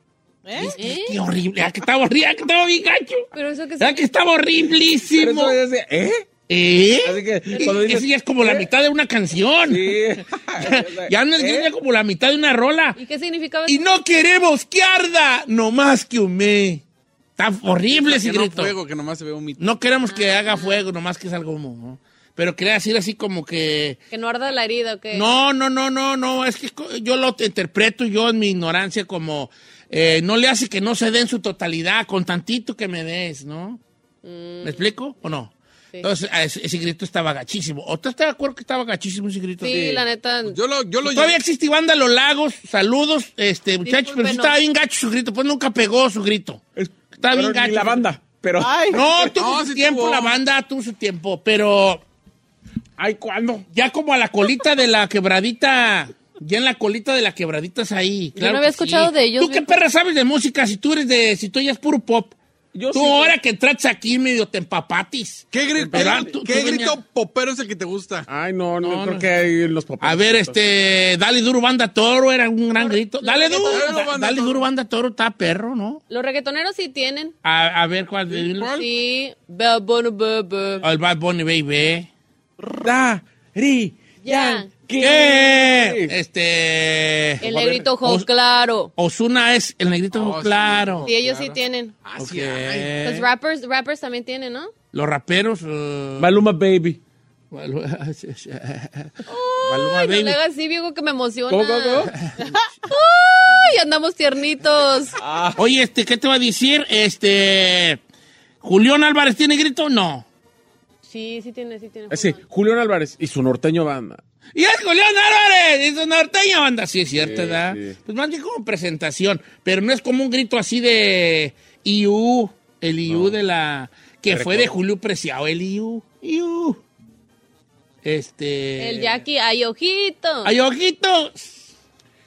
[SPEAKER 4] ¿Eh? Pues
[SPEAKER 3] Qué horrible, ah, que estaba horrible, ah, que estaba bien gacho.
[SPEAKER 4] Pero eso que
[SPEAKER 3] Ah, que estaba horriblísimo.
[SPEAKER 5] Pero eso es de, ¿eh?
[SPEAKER 3] ¿Eh?
[SPEAKER 5] Así que cuando dices,
[SPEAKER 3] Eso ya es como la
[SPEAKER 5] ¿eh?
[SPEAKER 3] mitad de una canción.
[SPEAKER 5] *laughs* Sí.
[SPEAKER 3] *laughs* Ya no es
[SPEAKER 5] ¿Eh?
[SPEAKER 3] ya como la mitad de una rola.
[SPEAKER 4] ¿Y qué significaba
[SPEAKER 3] Y
[SPEAKER 4] eso?
[SPEAKER 3] no queremos que arda, no más que humé. Está horrible ese
[SPEAKER 6] que no
[SPEAKER 3] grito.
[SPEAKER 6] fuego, que nomás se ve un mito.
[SPEAKER 3] No queremos que
[SPEAKER 4] Ah.
[SPEAKER 3] haga fuego, nomás que salga humo. ¿no? Pero quería decir así como que...
[SPEAKER 4] Que no arda la herida, ¿o qué?
[SPEAKER 3] No, no, no, no, no. Es que co- yo lo interpreto yo en mi ignorancia como... eh, no le hace que no se dé en su totalidad, con tantito que me des, ¿no? ¿Me explico o no?
[SPEAKER 4] Mm. Sí.
[SPEAKER 3] Entonces, a ese, ese grito estaba gachísimo. ¿O tú estás de acuerdo que estaba gachísimo ese grito?
[SPEAKER 4] Sí, la neta.
[SPEAKER 5] Pues
[SPEAKER 6] Yo lo, yo lo
[SPEAKER 3] Todavía existe Banda Los Lagos, saludos, este muchachos, pero sí
[SPEAKER 4] Discúlpenos.
[SPEAKER 3] estaba bien gacho su grito, pues nunca pegó su grito.
[SPEAKER 5] pero
[SPEAKER 3] Estaba bien
[SPEAKER 5] ni
[SPEAKER 3] gacho.
[SPEAKER 5] la banda, pero
[SPEAKER 10] Ay,
[SPEAKER 3] No, tuvo
[SPEAKER 6] No,
[SPEAKER 5] Ah,
[SPEAKER 3] su
[SPEAKER 6] sí
[SPEAKER 3] tiempo,
[SPEAKER 6] tuvo.
[SPEAKER 3] la banda tuvo su tiempo, pero
[SPEAKER 5] ay, ¿cuándo?
[SPEAKER 3] ya como a la colita de la quebradita, ya en la colita de la quebradita es ahí.
[SPEAKER 4] Yo
[SPEAKER 3] claro
[SPEAKER 4] no había
[SPEAKER 3] que
[SPEAKER 4] escuchado
[SPEAKER 3] sí.
[SPEAKER 4] de ellos,
[SPEAKER 3] ¿Tú qué
[SPEAKER 4] viejo.
[SPEAKER 3] perra sabes de música si tú eres de, si tú ya es puro pop?
[SPEAKER 5] Yo
[SPEAKER 3] tú
[SPEAKER 5] sí,
[SPEAKER 3] ahora que entraste aquí medio te empapatis.
[SPEAKER 6] ¿Qué grito,
[SPEAKER 3] Pero, ah, tú-
[SPEAKER 6] qué
[SPEAKER 3] tú
[SPEAKER 6] grito
[SPEAKER 3] venía-
[SPEAKER 6] popero es el que te gusta?
[SPEAKER 5] Ay, no, no,
[SPEAKER 3] No,
[SPEAKER 5] creo
[SPEAKER 3] no.
[SPEAKER 5] que hay los papás.
[SPEAKER 3] A ver, este, Dale Duro Banda Toro era un gran grito. Dale Duro,
[SPEAKER 6] Dale Duro, Banda
[SPEAKER 3] Dale
[SPEAKER 6] Toro.
[SPEAKER 3] Duro Banda Toro está perro, ¿no?
[SPEAKER 4] Los reggaetoneros sí tienen.
[SPEAKER 3] A, a ver cuál. Ah, de-
[SPEAKER 4] Sí. Bad Bunny, bad, bad.
[SPEAKER 3] El Bad Bunny Baby.
[SPEAKER 5] Da, ri,
[SPEAKER 4] Ya.
[SPEAKER 3] ¿Qué? Este.
[SPEAKER 4] El negrito ojo claro.
[SPEAKER 3] Osuna es el negrito
[SPEAKER 6] Oh, sí.
[SPEAKER 3] claro.
[SPEAKER 4] Sí, ellos sí tienen.
[SPEAKER 6] Ah,
[SPEAKER 3] Ok.
[SPEAKER 6] sí, ay.
[SPEAKER 4] Los rappers, rappers también tienen, ¿no?
[SPEAKER 3] Los raperos. eh,
[SPEAKER 5] Maluma Baby.
[SPEAKER 3] Maluma *laughs*
[SPEAKER 4] Ay, no
[SPEAKER 3] Baby.
[SPEAKER 4] le hagas así, viejo, que me emociona.
[SPEAKER 5] ¿Cómo, cómo,
[SPEAKER 4] Ay, andamos tiernitos.
[SPEAKER 5] Ah.
[SPEAKER 3] Oye, este, ¿qué te va a decir? Este. ¿Julián Álvarez tiene grito? No.
[SPEAKER 4] Sí, sí tiene, sí tiene.
[SPEAKER 5] cómo? Eh, Sí, Julián Álvarez y su norteño banda.
[SPEAKER 3] Y es Julián Álvarez, es una norteña banda, sí es cierto,
[SPEAKER 5] Sí,
[SPEAKER 3] ¿verdad?
[SPEAKER 5] sí.
[SPEAKER 3] Pues más bien como presentación, pero no es como un grito así de IU, el IU de la... que fue de Julio Preciado, el IU, IU. Este...
[SPEAKER 4] El Jackie, ay, ojito.
[SPEAKER 3] ¡Ay, ojitos!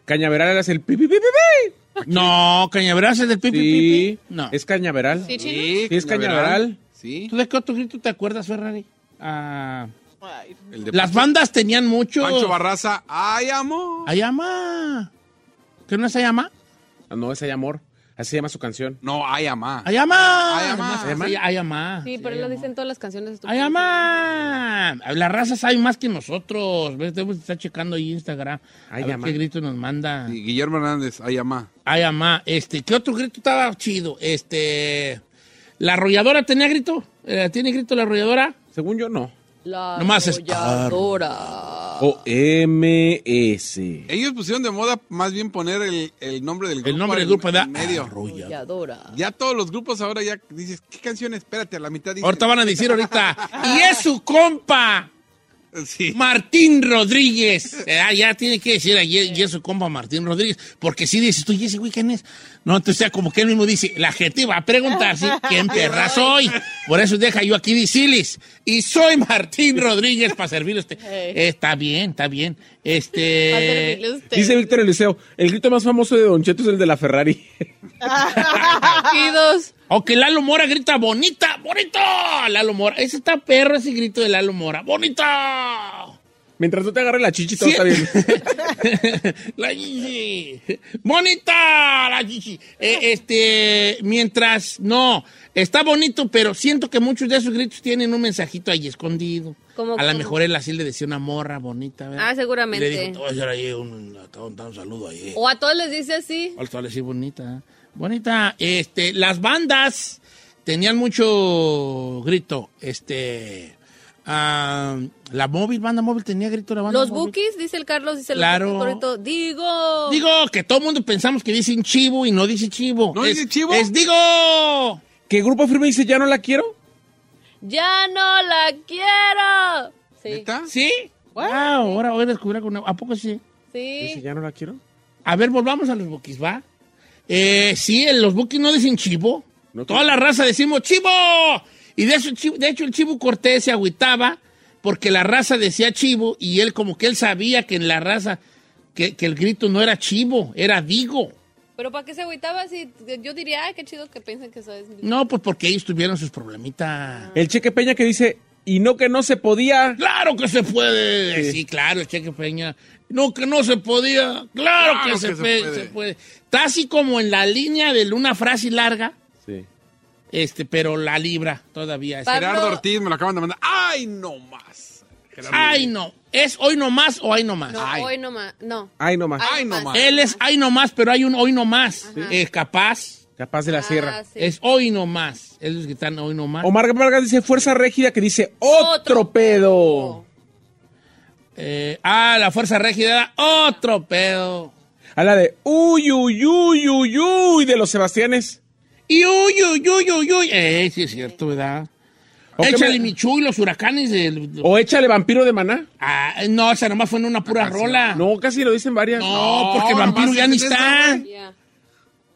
[SPEAKER 5] Cañaveral eras el pipi, pipi, pipi.
[SPEAKER 3] No, Cañaveral es del pipi,
[SPEAKER 5] Sí,
[SPEAKER 3] pipi. No.
[SPEAKER 5] es Cañaveral.
[SPEAKER 4] Sí, chino.
[SPEAKER 6] Sí,
[SPEAKER 5] Sí, es cañaveral.
[SPEAKER 6] Sí.
[SPEAKER 3] ¿Tú de qué otro grito te acuerdas, Ferrari? Ah,
[SPEAKER 10] ay.
[SPEAKER 6] El de
[SPEAKER 3] las bandas tenían mucho...
[SPEAKER 6] Pancho Barraza. ¡Ay, amor!
[SPEAKER 3] Ayama. ¿Qué no es Ayama?
[SPEAKER 5] Ah, No, es Hay Amor. Así se llama su canción.
[SPEAKER 6] No, ay, amá.
[SPEAKER 3] Ayama.
[SPEAKER 6] Ayama.
[SPEAKER 3] Sí, Ayama.
[SPEAKER 4] Sí, pero lo dicen todas las canciones.
[SPEAKER 3] ¡Ay,
[SPEAKER 4] estúpidas.
[SPEAKER 3] ama! Las razas saben más que nosotros. ¿Ves? Debemos estar checando ahí Instagram.
[SPEAKER 5] Ay,
[SPEAKER 3] a ver
[SPEAKER 5] ama.
[SPEAKER 3] qué grito nos manda.
[SPEAKER 6] Y Guillermo Hernández, ay, amá.
[SPEAKER 3] ¡Ay, ama! Este, ¿Qué otro grito estaba chido? Este. ¿La arrolladora tenía grito? Eh, ¿Tiene grito la arrolladora?
[SPEAKER 5] Según yo, no.
[SPEAKER 4] La
[SPEAKER 3] Nomás es-
[SPEAKER 4] arrolladora.
[SPEAKER 5] O MS.
[SPEAKER 6] Ellos pusieron de moda más bien poner el, el nombre del grupo.
[SPEAKER 3] El nombre del
[SPEAKER 6] en-
[SPEAKER 3] grupo
[SPEAKER 6] en
[SPEAKER 3] era
[SPEAKER 6] medio.
[SPEAKER 3] Arrolladora.
[SPEAKER 4] Arrolladora.
[SPEAKER 6] Ya todos los grupos ahora ya dices, ¿qué canción? Espérate, a la mitad dices.
[SPEAKER 3] Ahorita van a decir ahorita. ¡Y es su compa!
[SPEAKER 6] eh, Sí.
[SPEAKER 3] Martín Rodríguez. Ah, ya tiene que decir ayer y su compa Martín Rodríguez. Porque si dices tú, ¿y ese güey quién es? No, entonces, o sea, como que él mismo dice, la gente va a preguntar si quién perra soy. Por eso deja yo aquí dicilis. Y soy Martín Rodríguez para servirle a usted. Eh, está bien, está bien.
[SPEAKER 4] Va a servirle
[SPEAKER 3] Este.
[SPEAKER 4] usted.
[SPEAKER 5] Dice Víctor Eliseo, el grito más famoso de Don Cheto es el de la Ferrari. *laughs*
[SPEAKER 4] Ojidos.
[SPEAKER 3] O que Lalo Mora grita, bonita, bonito. Lalo Mora. Ese está perro, ese grito de Lalo Mora. ¡Bonito!
[SPEAKER 5] Mientras no te agarre la chichi, todo
[SPEAKER 3] Sí.
[SPEAKER 5] está bien.
[SPEAKER 3] *laughs* la Gigi. Bonita la Gigi. Eh, este, mientras, no, está bonito, pero siento que muchos de esos gritos tienen un mensajito ahí escondido.
[SPEAKER 4] ¿Cómo,
[SPEAKER 3] a lo
[SPEAKER 4] cómo?
[SPEAKER 3] mejor él así le decía una morra bonita, ¿verdad?
[SPEAKER 4] Ah,
[SPEAKER 3] Y
[SPEAKER 4] seguramente.
[SPEAKER 3] Le dijo, te voy a hacer ahí un, te voy a dar un saludo ahí.
[SPEAKER 4] O a todos les dice así.
[SPEAKER 3] Al sol así bonita. ¿eh? Bonita. Este, las bandas tenían mucho grito. Este, ah, la móvil, banda móvil tenía grito la banda
[SPEAKER 4] Los
[SPEAKER 3] móvil.
[SPEAKER 4] bookies, dice el Carlos, dice el
[SPEAKER 3] Claro.
[SPEAKER 4] López Torito, Digo.
[SPEAKER 3] Digo que todo el mundo pensamos que dicen chivo y no dice chivo.
[SPEAKER 6] ¿No
[SPEAKER 3] Es-
[SPEAKER 6] dice chivo?
[SPEAKER 3] Es digo.
[SPEAKER 5] ¿Qué grupo firme dice ya no la quiero?
[SPEAKER 4] Ya no la quiero. Sí.
[SPEAKER 6] ¿Neta?
[SPEAKER 3] ¿Sí? Ah, ahora voy a descubrir algo nuevo. ¿A poco sí?
[SPEAKER 5] Dice
[SPEAKER 4] Sí.
[SPEAKER 5] ya no la quiero.
[SPEAKER 3] A ver, volvamos a los buquis, ¿va? Eh, sí, en los buquis no dicen chivo.
[SPEAKER 5] No,
[SPEAKER 3] Toda
[SPEAKER 5] claro.
[SPEAKER 3] la raza decimos chivo. Y de, eso, de hecho el Chivo Cortés se agüitaba porque la raza decía Chivo y él como que él sabía que en la raza, que, que el grito no era Chivo, era Digo.
[SPEAKER 10] Pero ¿para qué se agüitaba si yo diría, ay, qué chido que piensen que sabes?
[SPEAKER 3] No, pues porque ellos tuvieron sus problemitas.
[SPEAKER 5] El Cheque Peña que dice, y no que no se podía.
[SPEAKER 3] ¡Claro que se puede! Sí, claro, el Cheque Peña. No, que no se podía. ¡Claro, que, se, pe- se puede. Está así como en la línea de una frase larga,
[SPEAKER 5] Sí.
[SPEAKER 3] este, pero la libra todavía.
[SPEAKER 6] Gerardo Ortiz me lo acaban de mandar. ¡Ay, no más! Gerardo
[SPEAKER 3] ¡Ay,
[SPEAKER 6] Ortiz.
[SPEAKER 3] no! ¿Es hoy nomás o hay nomás?
[SPEAKER 10] No, hoy nomás, no.
[SPEAKER 5] Ay, nomás.
[SPEAKER 10] Ay, ah, nomás.
[SPEAKER 3] Él es hay nomás, pero hay un hoy nomás. Es capaz.
[SPEAKER 5] Capaz de la sierra.
[SPEAKER 10] Ah, sí.
[SPEAKER 3] Es hoy nomás. Ellos gritan hoy nomás.
[SPEAKER 5] Omar Vargas dice fuerza régida que dice otro pedo.
[SPEAKER 3] Eh, ah, la fuerza régida era otro pedo.
[SPEAKER 5] A la de uy, uy, uy, uy, uy de los Sebastianes.
[SPEAKER 3] Y uy, uy, uy, uy, uy. Eh, sí es cierto, ¿verdad?
[SPEAKER 5] ¿O qué
[SPEAKER 3] Échale
[SPEAKER 5] me-
[SPEAKER 3] Michu y los huracanes del...
[SPEAKER 5] O échale vampiro de maná.
[SPEAKER 3] Ah, no, esa nomás fue en una pura rola. No,
[SPEAKER 5] No, casi lo dicen varias.
[SPEAKER 3] Ah. porque el
[SPEAKER 6] nomás
[SPEAKER 3] vampiro ya
[SPEAKER 6] es
[SPEAKER 3] ni
[SPEAKER 6] esa,
[SPEAKER 3] está.
[SPEAKER 10] Ya.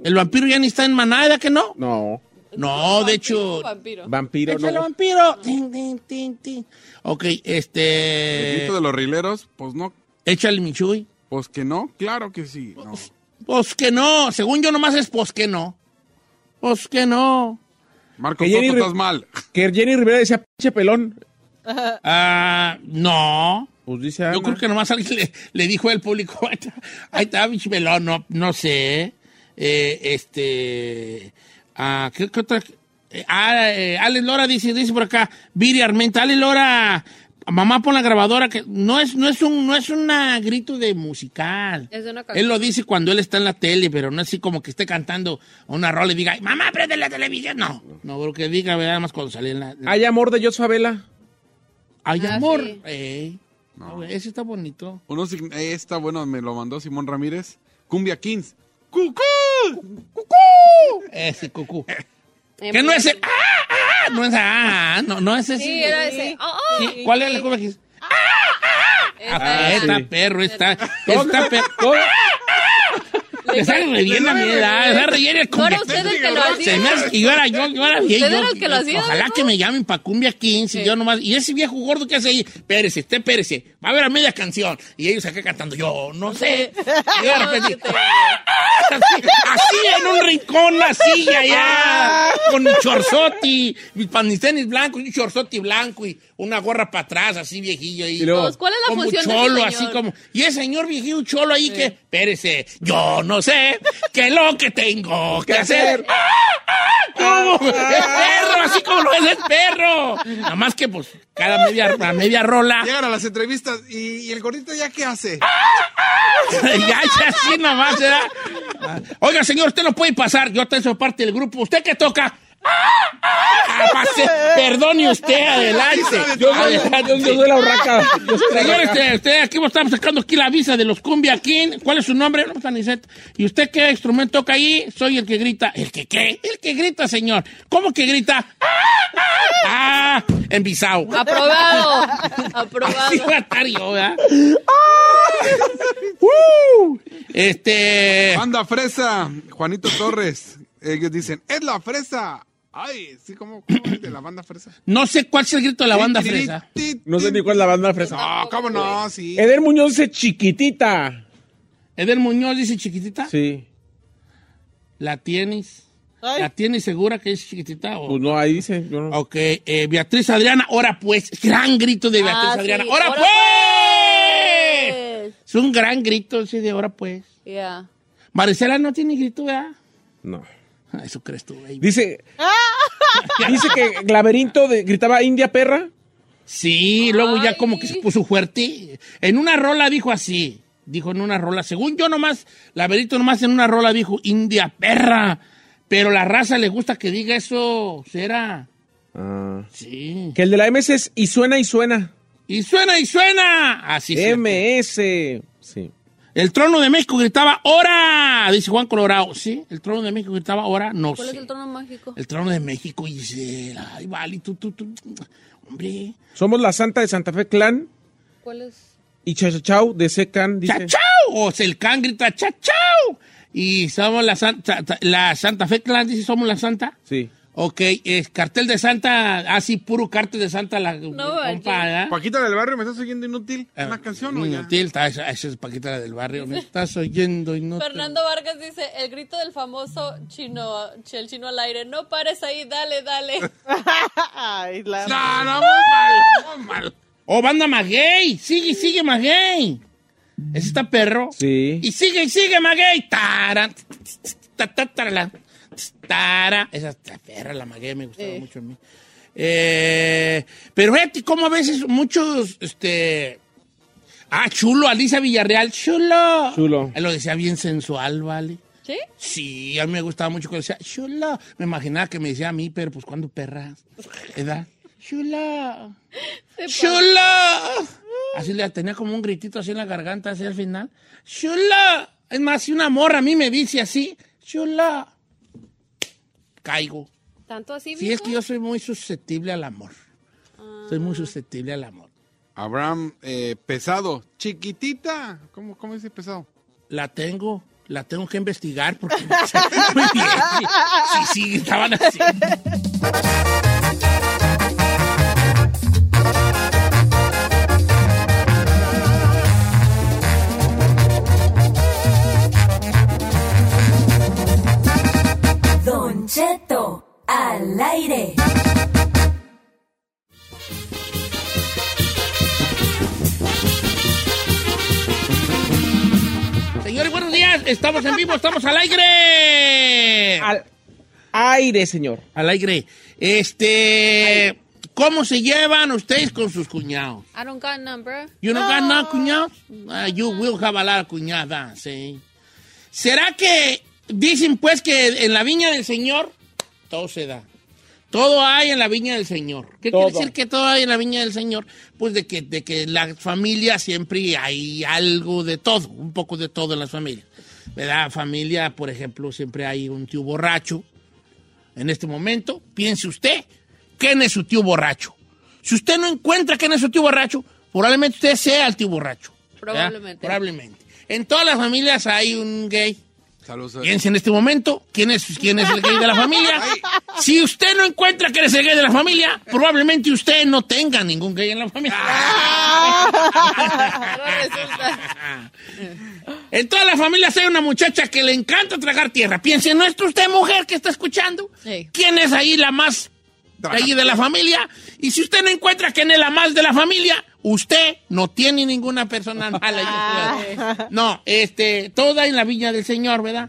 [SPEAKER 3] El vampiro ya ni está en manada, que no?
[SPEAKER 5] No.
[SPEAKER 3] No, de hecho...
[SPEAKER 10] Vampiro.
[SPEAKER 5] Vampiro
[SPEAKER 3] ¡Échale
[SPEAKER 5] no.
[SPEAKER 3] vampiro! Tin, tin, tin, tin. Ok,
[SPEAKER 6] El
[SPEAKER 3] este...
[SPEAKER 6] grito de los rileros, pues no.
[SPEAKER 3] Échale Michuy.
[SPEAKER 6] Pues que no, claro que sí. no.
[SPEAKER 3] Pues que no. Según yo nomás es pues que no. Pues que no.
[SPEAKER 6] Marco,
[SPEAKER 5] Que
[SPEAKER 6] Toto,
[SPEAKER 5] Jenny Ri-
[SPEAKER 6] estás mal.
[SPEAKER 5] Que Jenny Rivera decía pinche pelón.
[SPEAKER 3] Ah, no.
[SPEAKER 5] Pues dice
[SPEAKER 3] Yo creo que nomás alguien le, le dijo al público, *laughs* "Ahí está- ahí está bicho pelón", no, no sé. Eh, este, ah, ¿qué, qué otra? Eh, ah, eh, Ale Lora dice, dice por acá, Viri Armenta, Ale Lora, mamá pon la grabadora, que no es, no es un, no es una grito de musical.
[SPEAKER 10] Es de una
[SPEAKER 3] Él
[SPEAKER 10] canción.
[SPEAKER 3] lo dice cuando él está en la tele, pero no así como que esté cantando una rola y diga, "Ay, mamá, prende la televisión. No, no, creo que diga, ¿verdad? nada más cuando sale en la...
[SPEAKER 5] Hay amor de Jos Favela.
[SPEAKER 3] Ay,
[SPEAKER 10] Ah,
[SPEAKER 3] amor.
[SPEAKER 10] sí.
[SPEAKER 3] Ey. No, ese está bonito.
[SPEAKER 6] Uno sig- eh, está bueno, me lo mandó Simón Ramírez. Cumbia Kings. ¡Cucú!
[SPEAKER 3] Ese cucú.
[SPEAKER 10] Eh,
[SPEAKER 3] Que no es el. ¡Ah! ¡Ah! No es. ¡Ah! No, no es ese.
[SPEAKER 10] Sí, era ese. Oh, oh.
[SPEAKER 3] Sí, ¿Cuál es la cumbia que es? ¡Ah!
[SPEAKER 5] Ah,
[SPEAKER 3] está
[SPEAKER 5] sí.
[SPEAKER 3] perro, está. Está perro. Le sale rellena,
[SPEAKER 10] sale
[SPEAKER 3] mira.
[SPEAKER 10] rellena.
[SPEAKER 3] Le sale rellena el
[SPEAKER 10] No
[SPEAKER 3] cumbia.
[SPEAKER 10] era usted el que lo hacía.
[SPEAKER 3] Se me hace- Y yo era yo, yo era bien.
[SPEAKER 10] Usted
[SPEAKER 3] yo-
[SPEAKER 10] era el que lo hacía,
[SPEAKER 3] Ojalá
[SPEAKER 10] ¿no?
[SPEAKER 3] que me llamen para Cumbia 15.
[SPEAKER 10] Sí.
[SPEAKER 3] Yo nomás. Y ese viejo gordo que hace ahí. Pérese, esté Pérese. Va a haber a media canción. Y ellos acá cantando. Yo no sé.
[SPEAKER 10] *laughs*
[SPEAKER 3] Y de repente. ¡Ah! así, así en un rincón, la silla
[SPEAKER 10] Ah.
[SPEAKER 3] allá, con mi chorzoti, mis pan- mis tenis blancos, un chorzoti blanco y una gorra para atrás, así viejillo ahí.
[SPEAKER 5] Y luego-
[SPEAKER 10] Pues, ¿cuál es la
[SPEAKER 3] como
[SPEAKER 10] función de ese
[SPEAKER 3] cholo,
[SPEAKER 10] señor?
[SPEAKER 3] así como. Y el señor viejillo cholo ahí que, espérese, yo no sé qué es lo que *laughs* tengo que hacer. ¡Ah! ¿Cómo? ¡Es perro! Así como lo es el perro. Nada más que, pues, cada media, a media rola.
[SPEAKER 6] Llegan a las entrevistas y, y el gordito ya qué hace.
[SPEAKER 3] *laughs* ya, ya, sí, nomás, ¿verdad? Ah, Oiga, señor, usted no puede pasar. Yo te soy parte del grupo. ¿Usted qué toca? ¡Ah! ¡Ah! Pase. Perdone *laughs* usted, adelante.
[SPEAKER 5] Yo soy, yo,
[SPEAKER 3] Adelante.
[SPEAKER 5] yo soy la urraca. Yo soy la
[SPEAKER 3] Señor,
[SPEAKER 5] urraca.
[SPEAKER 3] este, usted, aquí estamos sacando aquí la visa de los Cumbia King. ¿Cuál es su nombre? No, Sanicet. ¿Y usted qué instrumento toca ahí? Soy el que grita. ¿El que qué? El que grita, señor. ¿Cómo que grita? ¡Ah! ¡Ah! ¡Ah! En Bisao. *laughs*
[SPEAKER 10] Aprobado.
[SPEAKER 3] Así
[SPEAKER 10] Aprobado.
[SPEAKER 3] va a estar yo, ¿verdad?
[SPEAKER 5] ¡Ah!
[SPEAKER 3] Este...
[SPEAKER 6] Banda Fresa, Juanito Torres. Ellos dicen, es la fresa. Ay, sí, como de la banda fresa.
[SPEAKER 3] No sé cuál es el grito de la banda fresa.
[SPEAKER 5] No sé ni cuál es la banda fresa.
[SPEAKER 6] No, cómo no, sí.
[SPEAKER 5] Eder Muñoz dice chiquitita.
[SPEAKER 3] Edel Muñoz dice chiquitita.
[SPEAKER 5] Sí.
[SPEAKER 3] La tienes.
[SPEAKER 11] Ay.
[SPEAKER 3] La tienes segura que es chiquitita. o-
[SPEAKER 5] Pues no, ahí dice. yo no-
[SPEAKER 3] Ok, eh, Beatriz Adriana, ahora pues. Gran grito de Beatriz
[SPEAKER 10] Ah, sí,
[SPEAKER 3] Adriana. ¡Ahora,
[SPEAKER 10] ¡Ora,
[SPEAKER 3] pues!
[SPEAKER 10] pues!
[SPEAKER 3] Es un gran grito ese de ahora pues.
[SPEAKER 10] Ya.
[SPEAKER 3] Maricela no tiene grito, ¿verdad?
[SPEAKER 5] No.
[SPEAKER 3] Ah, Eso crees tú, baby. *laughs*
[SPEAKER 5] Dice. dice que Laberinto de- gritaba India perra.
[SPEAKER 3] Sí, luego ya
[SPEAKER 10] Ay.
[SPEAKER 3] como que se puso fuerte. En una rola dijo así. Dijo en una rola. Según yo nomás, Laberito nomás en una rola dijo, India perra. Pero la raza le gusta que diga eso. ¿Será? Sí.
[SPEAKER 5] Que el de la MS es y suena y suena.
[SPEAKER 3] Y suena y suena. Así es.
[SPEAKER 5] MS. Sí.
[SPEAKER 3] El trono de México gritaba, ¡Hora! Dice Juan Colorado. Sí, el trono de México gritaba, ¡Hora! No
[SPEAKER 10] ¿Cuál
[SPEAKER 3] sé.
[SPEAKER 10] es el trono mágico?
[SPEAKER 3] El trono de México, Gisela. Ay, vale, tú, tú, tú. Hombre.
[SPEAKER 5] Somos la Santa de Santa Fe Clan
[SPEAKER 10] ¿Cuál es?
[SPEAKER 5] y Chachachau de Secan. Dice.
[SPEAKER 3] ¡Chachau! O Selcán grita ¡Chachau! Y somos la Santa, la Santa Fe Clan, dice, somos la Santa.
[SPEAKER 5] Sí.
[SPEAKER 3] Ok, es cartel de Santa, así puro cartel de Santa la compa, ¿verdad?
[SPEAKER 6] Paquita del barrio, ¿me estás oyendo inútil? ¿Una canción o ya?
[SPEAKER 3] Inútil, ta- esa, esa es Paquita la del barrio, me estás oyendo inútil.
[SPEAKER 10] Fernando Vargas dice, el grito del famoso chino, el chino al aire, no pares ahí, dale, dale.
[SPEAKER 11] Ay, la...
[SPEAKER 3] No, no, muy mal, muy mal. Oh, banda Maguey, sigue, sigue Maguey. Ese está perro. Sí. Y sigue, y sigue Maguey. Tara, ta, ta, tara, la, tara. Esa está perra, la Maguey, me gustaba
[SPEAKER 11] Eh.
[SPEAKER 3] mucho a mí. Eh, pero fíjate cómo a veces muchos, este... Ah, chulo, Alicia Villarreal, chulo. Chulo. Lo decía bien sensual, ¿vale?
[SPEAKER 10] ¿Sí?
[SPEAKER 3] Sí, a mí me gustaba mucho cuando decía, chula. Me imaginaba que me decía a mí, pero pues cuando perra, ¿verdad? Chula. Chula. Así le tenía como un gritito así en la garganta, así al final. Chula. Es más, si una morra a mí me dice así, chula, caigo.
[SPEAKER 10] ¿Tanto así,
[SPEAKER 3] Sí, es
[SPEAKER 10] mijo?
[SPEAKER 3] que yo soy muy susceptible al amor. Soy muy susceptible al amor.
[SPEAKER 6] Abraham, eh, pesado, chiquitita. ¿Cómo, ¿Cómo dice pesado?
[SPEAKER 3] La tengo, la tengo que investigar porque muy bien. Sí, sí, estaban así.
[SPEAKER 12] Don Cheto al aire.
[SPEAKER 3] Señores, buenos días. Estamos en vivo, estamos al aire. Al
[SPEAKER 6] *laughs*
[SPEAKER 3] aire, señor. Al aire. Este, ¿cómo se llevan ustedes con sus cuñados?
[SPEAKER 10] I don't got number.
[SPEAKER 3] You no got no cuñados? Ah, you will have a lot of cuñada, sí. ¿Será que dicen pues que en la viña del Señor todo se da? Todo hay en la viña del Señor. ¿Qué
[SPEAKER 5] Todo.
[SPEAKER 3] quiere decir que todo hay en la viña del Señor? Pues de que, de que la familia siempre hay algo de todo, un poco de todo en las familias. ¿Verdad? Familia, por ejemplo, siempre hay un tío borracho. En este momento, piense usted, ¿quién es su tío borracho? Si usted no encuentra quién es su tío borracho, probablemente usted sea el tío borracho. ¿verdad?
[SPEAKER 10] Probablemente.
[SPEAKER 3] Probablemente. En todas las familias hay un gay.
[SPEAKER 6] Saludos.
[SPEAKER 3] Piense en este momento quién es, quién es el gay de la familia. Si usted no encuentra que es el gay de la familia, probablemente usted no tenga ningún gay en la familia. En todas las familias hay una muchacha que le encanta tragar tierra. Piense, ¿no es usted mujer que está escuchando? ¿Quién es ahí la más de ahí de la familia? Y si usted no encuentra quién es la más de la familia, usted no tiene ninguna persona mala. yo creo. No, este, toda en la viña del Señor, ¿verdad?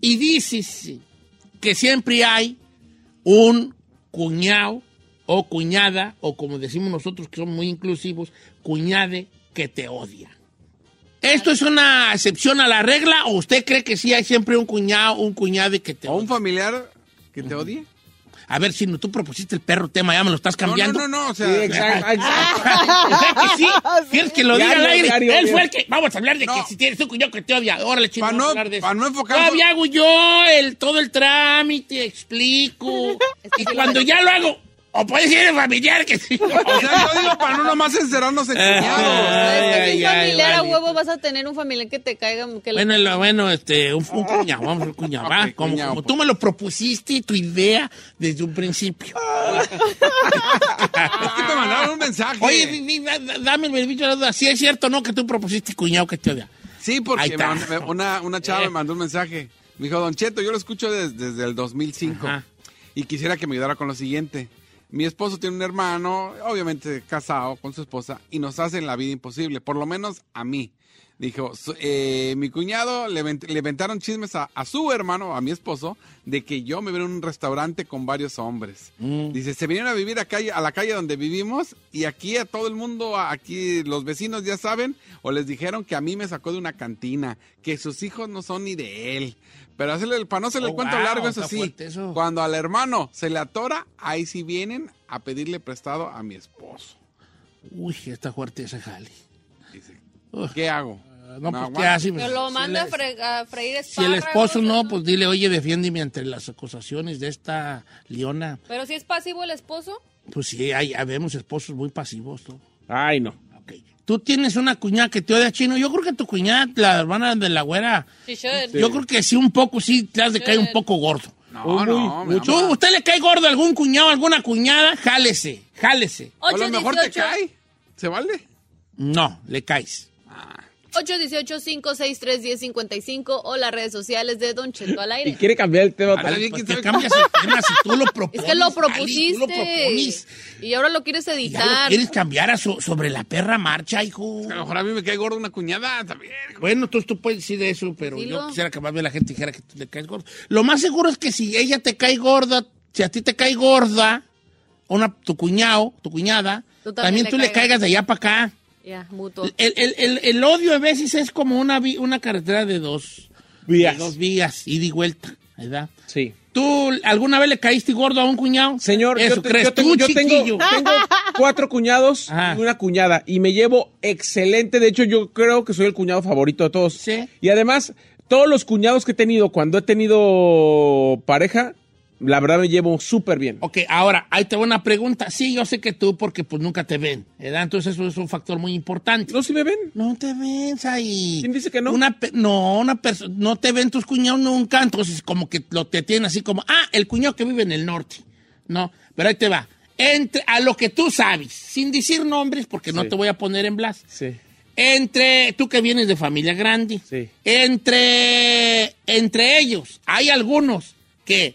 [SPEAKER 3] Y dice que siempre hay un cuñado o cuñada, o como decimos nosotros que somos muy inclusivos, cuñade que te odia. ¿Esto es una excepción a la regla o usted cree que sí hay siempre un cuñado, un cuñade que te odia? ¿O un
[SPEAKER 6] familiar que te odie?
[SPEAKER 3] A ver, si no, tú propusiste el perro tema, ya me lo estás cambiando.
[SPEAKER 6] No, no, no, no, o sea-
[SPEAKER 3] Sí, exacto, exacto. O sea
[SPEAKER 6] *laughs*
[SPEAKER 3] que sí, ¿Quieres que lo diga
[SPEAKER 6] Diario,
[SPEAKER 3] al aire?
[SPEAKER 6] diario,
[SPEAKER 3] Él fue
[SPEAKER 6] diario.
[SPEAKER 3] el que... Vamos a hablar de que si tienes un cuñado que te odia, órale, chino, vamos a hablar de eso.
[SPEAKER 6] no enfocarnos-
[SPEAKER 3] Todavía hago yo el, todo el trámite,
[SPEAKER 6] *laughs*
[SPEAKER 3] explico. y cuando ya lo hago, o puede ser el familiar que sí.
[SPEAKER 6] *laughs* O sea, yo digo para no nomás encerrarnos en
[SPEAKER 5] Eh,
[SPEAKER 3] Ay,
[SPEAKER 6] cuñados.
[SPEAKER 3] ay,
[SPEAKER 10] Un
[SPEAKER 3] ay,
[SPEAKER 10] familiar a
[SPEAKER 3] vale.
[SPEAKER 10] huevo vas a tener un familiar que te caiga. Que le-
[SPEAKER 3] Bueno, lo- bueno, este, un, un cuñado, vamos, un cuñado, ¿va? como,
[SPEAKER 6] pues.
[SPEAKER 3] como tú me lo propusiste, tu idea, desde un principio.
[SPEAKER 6] te mandaron un mensaje.
[SPEAKER 3] Oye, di- di- da- da- dame el beneficio de la duda. Sí es cierto, ¿no? Que tú propusiste cuñado que te odia.
[SPEAKER 6] Sí,
[SPEAKER 3] Ahí
[SPEAKER 6] porque
[SPEAKER 3] está. Eh.
[SPEAKER 6] me- me- una, una
[SPEAKER 3] *laughs*
[SPEAKER 6] chava me mandó un mensaje. Me dijo, Don Cheto, yo lo escucho des- desde el 2005 y quisiera que me ayudara con lo siguiente. Mi esposo tiene un hermano, obviamente casado con su esposa, y nos hacen la vida imposible, por lo menos a mí. Dijo, "Su- eh, mi cuñado le, ven- le inventaron chismes a, a su hermano, a mi esposo, de que yo me veo en un restaurante con varios hombres. Dice, se vinieron a vivir a, calle- a la calle donde vivimos y aquí a todo el mundo, a- aquí los vecinos ya saben, o les dijeron que a mí me sacó de una cantina, que sus hijos no son ni de él. Pero hacerle el, para no hacerle
[SPEAKER 3] Oh,
[SPEAKER 6] el cuento
[SPEAKER 3] wow,
[SPEAKER 6] largo, eso
[SPEAKER 3] está
[SPEAKER 6] sí,
[SPEAKER 3] fuerte eso.
[SPEAKER 6] cuando al hermano se le atora, ahí sí vienen a pedirle prestado a mi esposo.
[SPEAKER 3] Uy, está fuerte ese jale.
[SPEAKER 6] ¿Qué hago?
[SPEAKER 3] No, pues,
[SPEAKER 6] aguanto.
[SPEAKER 3] ¿qué hace? Pues,
[SPEAKER 10] Pero lo
[SPEAKER 3] si
[SPEAKER 10] manda a,
[SPEAKER 3] le-
[SPEAKER 10] fre- a freír
[SPEAKER 3] Si el
[SPEAKER 10] espárragos.
[SPEAKER 3] esposo no, pues dile, oye, defiéndeme entre las acusaciones de esta leona.
[SPEAKER 10] Pero si es pasivo el esposo,
[SPEAKER 3] Pues sí, hay, habemos esposos muy pasivos, ¿no?
[SPEAKER 5] Ay, no.
[SPEAKER 3] Tú tienes una cuñada que te odia chino. Yo creo que tu cuñada, la hermana de la güera,
[SPEAKER 10] she should.
[SPEAKER 3] yo creo que sí, un poco, sí, te has de caer un
[SPEAKER 10] Sí.
[SPEAKER 3] poco gordo.
[SPEAKER 6] No, no, mi
[SPEAKER 3] Tú,
[SPEAKER 6] amor.
[SPEAKER 3] ¿Usted le cae gordo a algún cuñado, alguna cuñada? Jálese, jálese.
[SPEAKER 6] A lo mejor te
[SPEAKER 4] 818.
[SPEAKER 6] cae. ¿Se vale?
[SPEAKER 3] No, le caes.
[SPEAKER 4] 818-563-1055 o las redes sociales de Don Cheto
[SPEAKER 3] *laughs*
[SPEAKER 4] al aire.
[SPEAKER 5] Y quiere cambiar el tema.
[SPEAKER 3] Ahora, pues, te cambias el tema si tú lo propones.
[SPEAKER 4] *laughs* Es que lo
[SPEAKER 3] Ali, tú lo propones.
[SPEAKER 4] propusiste. Y ahora lo quieres
[SPEAKER 3] Ya lo
[SPEAKER 4] editar.
[SPEAKER 3] quieres cambiar a so- sobre la perra marcha, hijo.
[SPEAKER 6] A lo mejor a mí me cae gordo una cuñada
[SPEAKER 3] *laughs*
[SPEAKER 6] también.
[SPEAKER 3] Bueno, tú, tú puedes decir eso, pero
[SPEAKER 4] Dilo.
[SPEAKER 3] yo quisiera que más bien la gente dijera que tú le caes gordo. Lo más seguro es que si ella te cae gorda, si a ti te cae gorda, una, tu cuñado, tu cuñada,
[SPEAKER 4] Tú
[SPEAKER 3] también,
[SPEAKER 4] también le
[SPEAKER 3] tú le
[SPEAKER 4] caigas.
[SPEAKER 3] caigas de allá para acá.
[SPEAKER 4] Ya, mutuo.
[SPEAKER 3] El, el- el- el odio a veces es como una, vi- una carretera de dos
[SPEAKER 5] Vías.
[SPEAKER 3] de dos vías, ida y vuelta, ¿verdad?
[SPEAKER 5] Sí.
[SPEAKER 3] ¿Tú alguna vez le caíste gordo a un cuñado?
[SPEAKER 5] Señor,
[SPEAKER 3] Eso
[SPEAKER 5] yo, te-
[SPEAKER 3] crees
[SPEAKER 5] yo tengo,
[SPEAKER 3] tú,
[SPEAKER 5] yo tengo-
[SPEAKER 3] chiquillo.
[SPEAKER 5] tengo cuatro cuñados
[SPEAKER 3] Ajá.
[SPEAKER 5] y una cuñada y me llevo excelente. De hecho, yo creo que soy el cuñado favorito de todos.
[SPEAKER 3] Sí.
[SPEAKER 5] Y además, todos los cuñados que he tenido cuando he tenido pareja, la verdad me llevo súper bien.
[SPEAKER 3] Ok, ahora, ahí te va una pregunta. Sí, yo sé que tú, porque pues nunca te ven, ¿verdad? Entonces eso es un factor muy importante.
[SPEAKER 5] ¿No si me ven?
[SPEAKER 3] No te ven, ahí.
[SPEAKER 5] ¿Quién dice que no?
[SPEAKER 3] Una pe- no, una persona, no te ven tus cuñados nunca, entonces como que lo te tienen así como, ah, el cuñado que vive en el norte. No, pero ahí te va. Entre, a lo que tú sabes, sin decir nombres, porque no
[SPEAKER 5] Sí.
[SPEAKER 3] te voy a poner en blas.
[SPEAKER 5] Sí,
[SPEAKER 3] Entre, tú que vienes de familia grande,
[SPEAKER 5] sí.
[SPEAKER 3] entre, entre ellos, hay algunos que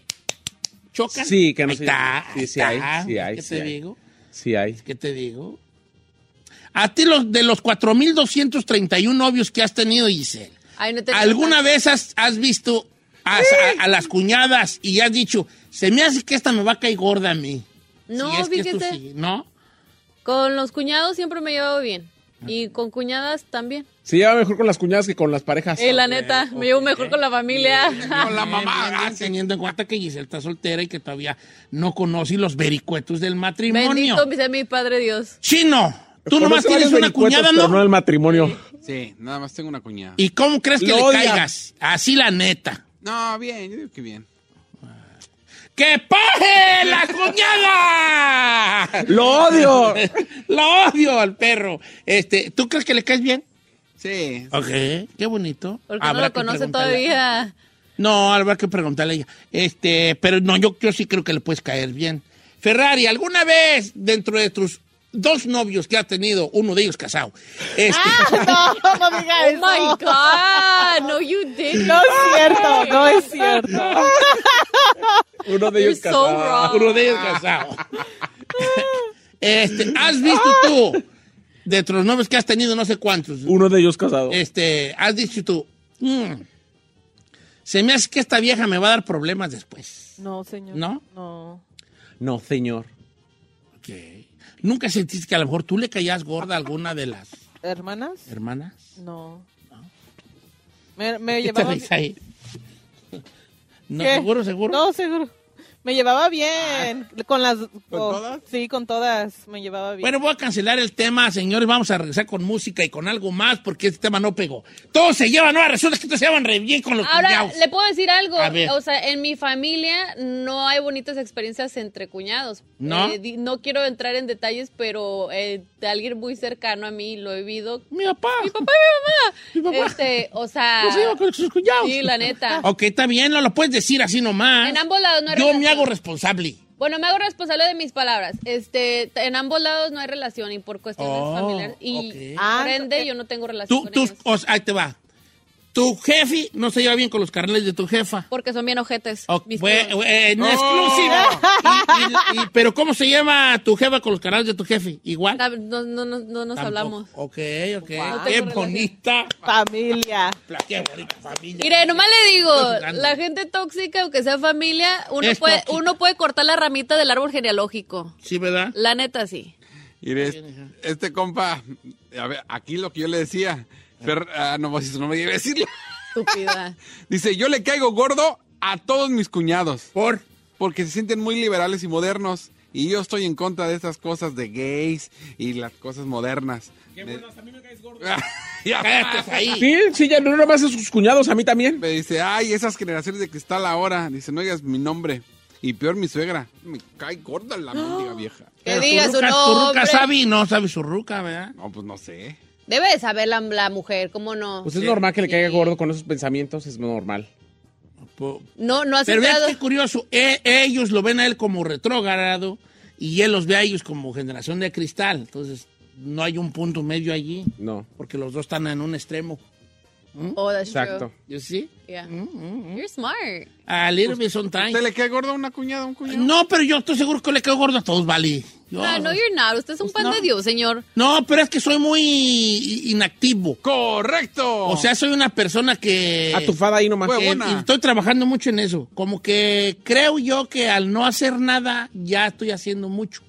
[SPEAKER 3] chocan.
[SPEAKER 5] Sí, que no
[SPEAKER 3] Ahí
[SPEAKER 5] se-
[SPEAKER 3] está,
[SPEAKER 5] sí,
[SPEAKER 3] ahí
[SPEAKER 5] sí hay,
[SPEAKER 3] está.
[SPEAKER 5] sí hay,
[SPEAKER 3] ¿Qué
[SPEAKER 5] sí
[SPEAKER 3] te
[SPEAKER 5] hay.
[SPEAKER 3] digo?
[SPEAKER 5] Sí hay.
[SPEAKER 3] ¿Qué te digo? A ti los, de los 4.231 novios que has tenido, Giselle,
[SPEAKER 4] Ay, no te-
[SPEAKER 3] ¿alguna vez has, has visto a, a- a las cuñadas y has dicho, se me hace que esta me va a caer gorda a mí?
[SPEAKER 4] No,
[SPEAKER 3] Si es que esto
[SPEAKER 4] fíjese.
[SPEAKER 3] sí, ¿No?
[SPEAKER 4] Con los cuñados siempre me llevo bien. Y con cuñadas también.
[SPEAKER 5] Se lleva mejor con las cuñadas que con las
[SPEAKER 3] Ah,
[SPEAKER 5] parejas.
[SPEAKER 4] Eh, la neta, me llevo mejor con la familia.
[SPEAKER 3] Con la mamá, ah, teniendo en cuenta que Giselle está soltera y que todavía no conoce los vericuetos del matrimonio.
[SPEAKER 4] Bendito sea mi Padre Dios.
[SPEAKER 3] Chino, tú
[SPEAKER 5] Conoce
[SPEAKER 3] nomás tienes
[SPEAKER 5] varios
[SPEAKER 3] una
[SPEAKER 5] vericuetos,
[SPEAKER 3] cuñada,
[SPEAKER 5] pero
[SPEAKER 3] ¿no?
[SPEAKER 5] no el matrimonio.
[SPEAKER 6] Sí, nada más tengo una cuñada.
[SPEAKER 3] ¿Y cómo crees que
[SPEAKER 5] Lo
[SPEAKER 3] le
[SPEAKER 5] odia.
[SPEAKER 3] caigas? Así la neta.
[SPEAKER 6] No, bien, yo digo que bien.
[SPEAKER 3] ¡Que paje la cuñada!
[SPEAKER 5] ¡Lo
[SPEAKER 3] *laughs*
[SPEAKER 5] odio!
[SPEAKER 3] Lo odio al perro. Este, ¿Tú crees que le caes bien?
[SPEAKER 6] Sí.
[SPEAKER 3] Ok, qué bonito.
[SPEAKER 4] Porque no lo
[SPEAKER 3] que
[SPEAKER 4] conoce
[SPEAKER 3] preguntarle.
[SPEAKER 4] todavía.
[SPEAKER 3] No, habrá que preguntarle a ella. Este, pero no, yo, yo sí creo que le puedes caer bien. Ferrari, ¿alguna vez dentro de tus dos novios que has tenido, uno de ellos casado, este,
[SPEAKER 11] Ah, *laughs* no, no diga
[SPEAKER 4] Oh
[SPEAKER 11] eso.
[SPEAKER 4] my God, no you did.
[SPEAKER 11] No es cierto, no es cierto.
[SPEAKER 5] Uno de ellos
[SPEAKER 4] You're so
[SPEAKER 5] casado.
[SPEAKER 3] *laughs*
[SPEAKER 4] wrong.
[SPEAKER 3] uno de ellos
[SPEAKER 4] *laughs*
[SPEAKER 3] casado. Este, ¿has visto tú dentro de los novios que has tenido, no sé cuántos?
[SPEAKER 5] Uno de ellos casado.
[SPEAKER 3] este, has dicho tú, "Mm, se me hace que esta vieja me va a dar problemas después,
[SPEAKER 11] No, señor.
[SPEAKER 3] ¿no?
[SPEAKER 11] No.
[SPEAKER 5] No, señor.
[SPEAKER 3] Ok. ¿Nunca sentiste que a lo mejor tú le caías gorda a alguna de las
[SPEAKER 11] ¿Hermanas?
[SPEAKER 13] *laughs*
[SPEAKER 3] hermanas?
[SPEAKER 11] No. Me, me
[SPEAKER 3] ¿Qué te
[SPEAKER 11] llevaba.
[SPEAKER 3] ríes ahí? No,
[SPEAKER 11] ¿Qué?
[SPEAKER 3] seguro, seguro.
[SPEAKER 11] No, seguro. Me llevaba bien. Con las.
[SPEAKER 5] todas?
[SPEAKER 11] Sí, con todas. Me llevaba bien.
[SPEAKER 3] Bueno, voy a cancelar el tema, señores. Vamos a regresar con música y con algo más porque este tema no pegó. Todos se llevan, ahora resulta que todos se llevan re bien con los
[SPEAKER 4] Ahora,
[SPEAKER 3] cuñados.
[SPEAKER 4] le puedo decir algo.
[SPEAKER 3] A ver.
[SPEAKER 4] O sea, en mi familia no hay bonitas experiencias entre cuñados.
[SPEAKER 3] ¿No?
[SPEAKER 4] Eh, di- no quiero entrar en detalles, pero eh, de alguien muy cercano a mí lo he vivido.
[SPEAKER 3] Mi papá. Mi papá, mi mamá. Mi papá.
[SPEAKER 4] Este, o sea.
[SPEAKER 3] No se lleva con sus cuñados.
[SPEAKER 4] Sí, la
[SPEAKER 11] *laughs*
[SPEAKER 4] neta.
[SPEAKER 3] Ok, está bien, no lo puedes decir así nomás.
[SPEAKER 4] En ambos lados no hay
[SPEAKER 3] Yo me
[SPEAKER 4] relación.
[SPEAKER 3] hago responsable.
[SPEAKER 4] Bueno, me hago responsable de mis palabras. Este, t- en ambos lados no hay relación y por cuestiones
[SPEAKER 3] Oh,
[SPEAKER 4] familiares y
[SPEAKER 3] ok.
[SPEAKER 11] Ah,
[SPEAKER 4] por ende
[SPEAKER 11] entonces-
[SPEAKER 4] yo no tengo relación
[SPEAKER 3] Tú,
[SPEAKER 4] con
[SPEAKER 3] tú,
[SPEAKER 4] ellos.
[SPEAKER 3] o sea, ahí te va. Tu jefe no se lleva bien con los carnales de tu jefa.
[SPEAKER 4] porque son bien ojetes.
[SPEAKER 3] O-
[SPEAKER 4] mis
[SPEAKER 3] we-
[SPEAKER 4] tíos.
[SPEAKER 3] we- en exclusiva. Y- y- y- pero ¿cómo se lleva tu jefa con los carnales de tu jefe? Igual.
[SPEAKER 4] Ah, No, no, no, no nos
[SPEAKER 3] Tampoco.
[SPEAKER 4] hablamos.
[SPEAKER 3] Ok, ok.
[SPEAKER 4] No
[SPEAKER 3] Qué
[SPEAKER 4] tengo relación.
[SPEAKER 3] bonita.
[SPEAKER 11] Familia.
[SPEAKER 3] pla- Qué bonita familia.
[SPEAKER 4] Mire, nomás le digo,
[SPEAKER 3] Estoy jugando.
[SPEAKER 4] la gente tóxica, aunque sea familia, uno
[SPEAKER 3] Es
[SPEAKER 4] puede,
[SPEAKER 3] tóxica.
[SPEAKER 4] uno puede cortar la ramita del árbol genealógico.
[SPEAKER 3] Sí, ¿verdad?
[SPEAKER 4] La neta, sí.
[SPEAKER 6] Mire, este, este compa, a ver, aquí lo que yo le decía, Fer- ah, no, pues, no me iba a decirlo.
[SPEAKER 4] Estúpida.
[SPEAKER 6] Dice, yo le caigo gordo a todos mis cuñados,
[SPEAKER 3] Por.
[SPEAKER 6] porque se sienten muy liberales y modernos, y yo estoy en contra de estas cosas de gays y las cosas modernas. Qué a mí me caes *laughs* gordo.
[SPEAKER 3] Cállate ahí.
[SPEAKER 5] Sí, sí, ya no nomás a sus cuñados, a mí también.
[SPEAKER 6] Me dice, ay, esas generaciones de cristal ahora. Dice, no digas mi nombre. Y peor, mi suegra. Me cae gorda la mendiga vieja.
[SPEAKER 4] *laughs* Que diga
[SPEAKER 3] tu
[SPEAKER 4] su
[SPEAKER 3] ruca, tu ruca
[SPEAKER 4] nombre.
[SPEAKER 3] sabe y no sabe su ruca, ¿verdad?
[SPEAKER 6] No, pues no sé.
[SPEAKER 4] Debe de saber la, la mujer, ¿cómo no?
[SPEAKER 5] Pues es normal que le caiga gordo con esos pensamientos, es normal.
[SPEAKER 3] Ok. po-
[SPEAKER 4] No, no has
[SPEAKER 3] Pero vean
[SPEAKER 4] entrado.
[SPEAKER 3] qué curioso, e- ellos lo ven a él como retrógrado y él los ve a ellos como generación de cristal. Entonces, no hay un punto medio allí.
[SPEAKER 5] No.
[SPEAKER 3] Porque los dos están en un extremo.
[SPEAKER 10] Oh, that's Exacto.
[SPEAKER 3] ¿Yo sí?
[SPEAKER 10] Yeah. You're smart.
[SPEAKER 3] A little bit sometimes.
[SPEAKER 6] ¿Usted le cae gordo a una cuñada, un cuñado?
[SPEAKER 3] No, pero yo estoy seguro que le quedo gordo a todos, Vali. Yo-
[SPEAKER 10] Ah, No, no, you're not. Usted es un pan de Dios, señor.
[SPEAKER 3] No, pero es que soy muy inactivo.
[SPEAKER 6] Correcto.
[SPEAKER 3] O sea, soy una persona que...
[SPEAKER 5] Atufada ahí nomás.
[SPEAKER 3] Eh, y estoy trabajando mucho en eso. Como que creo yo que al no hacer nada ya estoy haciendo mucho.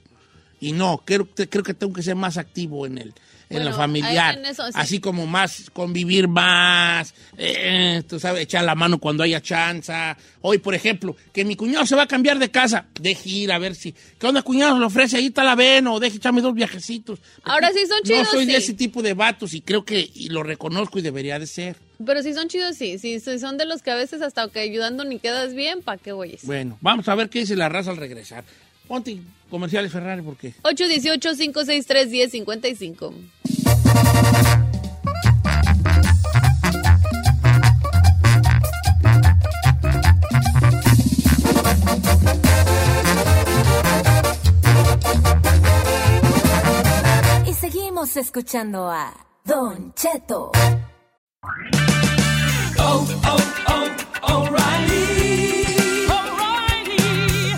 [SPEAKER 3] Y no, creo, te- creo que tengo que ser más activo en el en
[SPEAKER 10] Bueno,
[SPEAKER 3] lo familiar.
[SPEAKER 10] ahí en eso, sí.
[SPEAKER 3] Así como más convivir más, eh, eh, tú sabes, echar la mano cuando haya chanza. Hoy, por ejemplo, que mi cuñado se va a cambiar de casa, deje ir a ver si. ¿Qué onda, cuñado? ¿Le ofrece ahí talabeno? O deje echarme dos viajecitos.
[SPEAKER 10] Ahora sí son chidos,
[SPEAKER 3] No soy de
[SPEAKER 10] sí.
[SPEAKER 3] ese tipo de vatos y creo que y lo reconozco y debería de ser.
[SPEAKER 10] Pero si son chidos, sí. Si si son de los que a veces hasta que ayudando ni quedas bien, ¿para qué oyes?
[SPEAKER 3] Bueno, vamos a ver qué dice la raza al regresar. Ponte comerciales Ferrari porque
[SPEAKER 10] 818-563-1055.
[SPEAKER 12] Y seguimos escuchando a Don Cheto.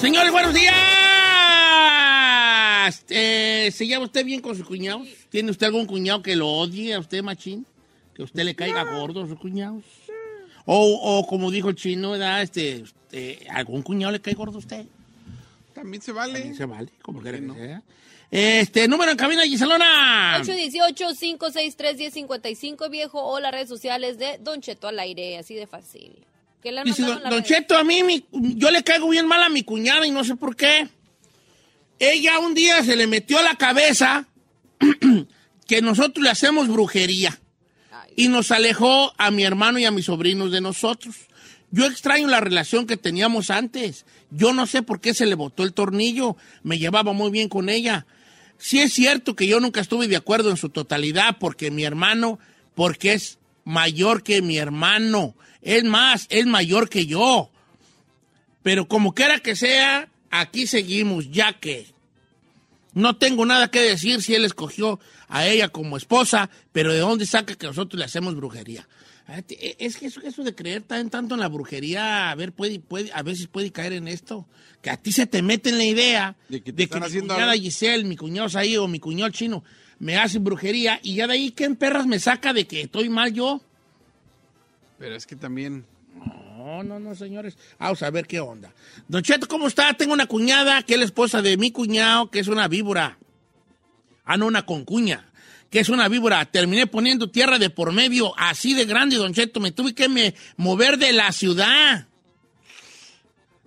[SPEAKER 3] Señores, buenos días. Eh, ¿Se lleva usted bien con sus cuñados? ¿Tiene usted algún cuñado que lo odie a usted, machín? Que usted le caiga gordo a sus cuñados. O, o como dijo el chino, ¿verdad? Este, este, ¿algún cuñado le cae gordo a usted?
[SPEAKER 6] También se vale.
[SPEAKER 3] Se vale, como quiera que sea. Este, número en cabina, Giselona.
[SPEAKER 10] 818-563-1055, viejo, o las redes sociales de Don Cheto al aire, así de fácil. ¿Qué le han
[SPEAKER 3] Dice,
[SPEAKER 10] mandado
[SPEAKER 3] don,
[SPEAKER 10] en las
[SPEAKER 3] don
[SPEAKER 10] redes?
[SPEAKER 3] Cheto, a mí mi- yo le caigo bien mal a mi cuñada y no sé por qué. Ella un día se le metió a la cabeza *clears throat* que nosotros le hacemos brujería y nos alejó a mi hermano y a mis sobrinos de nosotros. Yo extraño la relación que teníamos antes. Yo no sé por qué se le botó el tornillo. Me llevaba muy bien con ella. Sí es cierto que yo nunca estuve de acuerdo en su totalidad porque mi hermano, porque es mayor que mi hermano. Es más, es mayor que yo. Pero como quiera que sea, aquí seguimos, ya que no tengo nada que decir si él escogió a ella como esposa, pero ¿de dónde saca que nosotros le hacemos brujería? Ah, te- eh, Es que eso, eso de creer tan, tanto en la brujería, a ver, puede, puede, a veces puede caer en esto, que a ti se te mete en la idea de que,
[SPEAKER 6] están
[SPEAKER 3] mi
[SPEAKER 6] haciendo
[SPEAKER 3] cuñada
[SPEAKER 6] algo.
[SPEAKER 3] Giselle, mi cuñado ahí o mi cuñado chino me hace brujería y ya de ahí, ¿qué en perras me saca de que estoy mal yo?
[SPEAKER 6] Pero es que también.
[SPEAKER 3] No, no, no, señores. Vamos a ver qué onda. Don Cheto, ¿cómo está? Tengo una cuñada que es la esposa de mi cuñado, que es una víbora. Ah, no, una concuña, que es una víbora. Terminé poniendo tierra de por medio, así de grande, Don Cheto. Me tuve que me mover de la ciudad.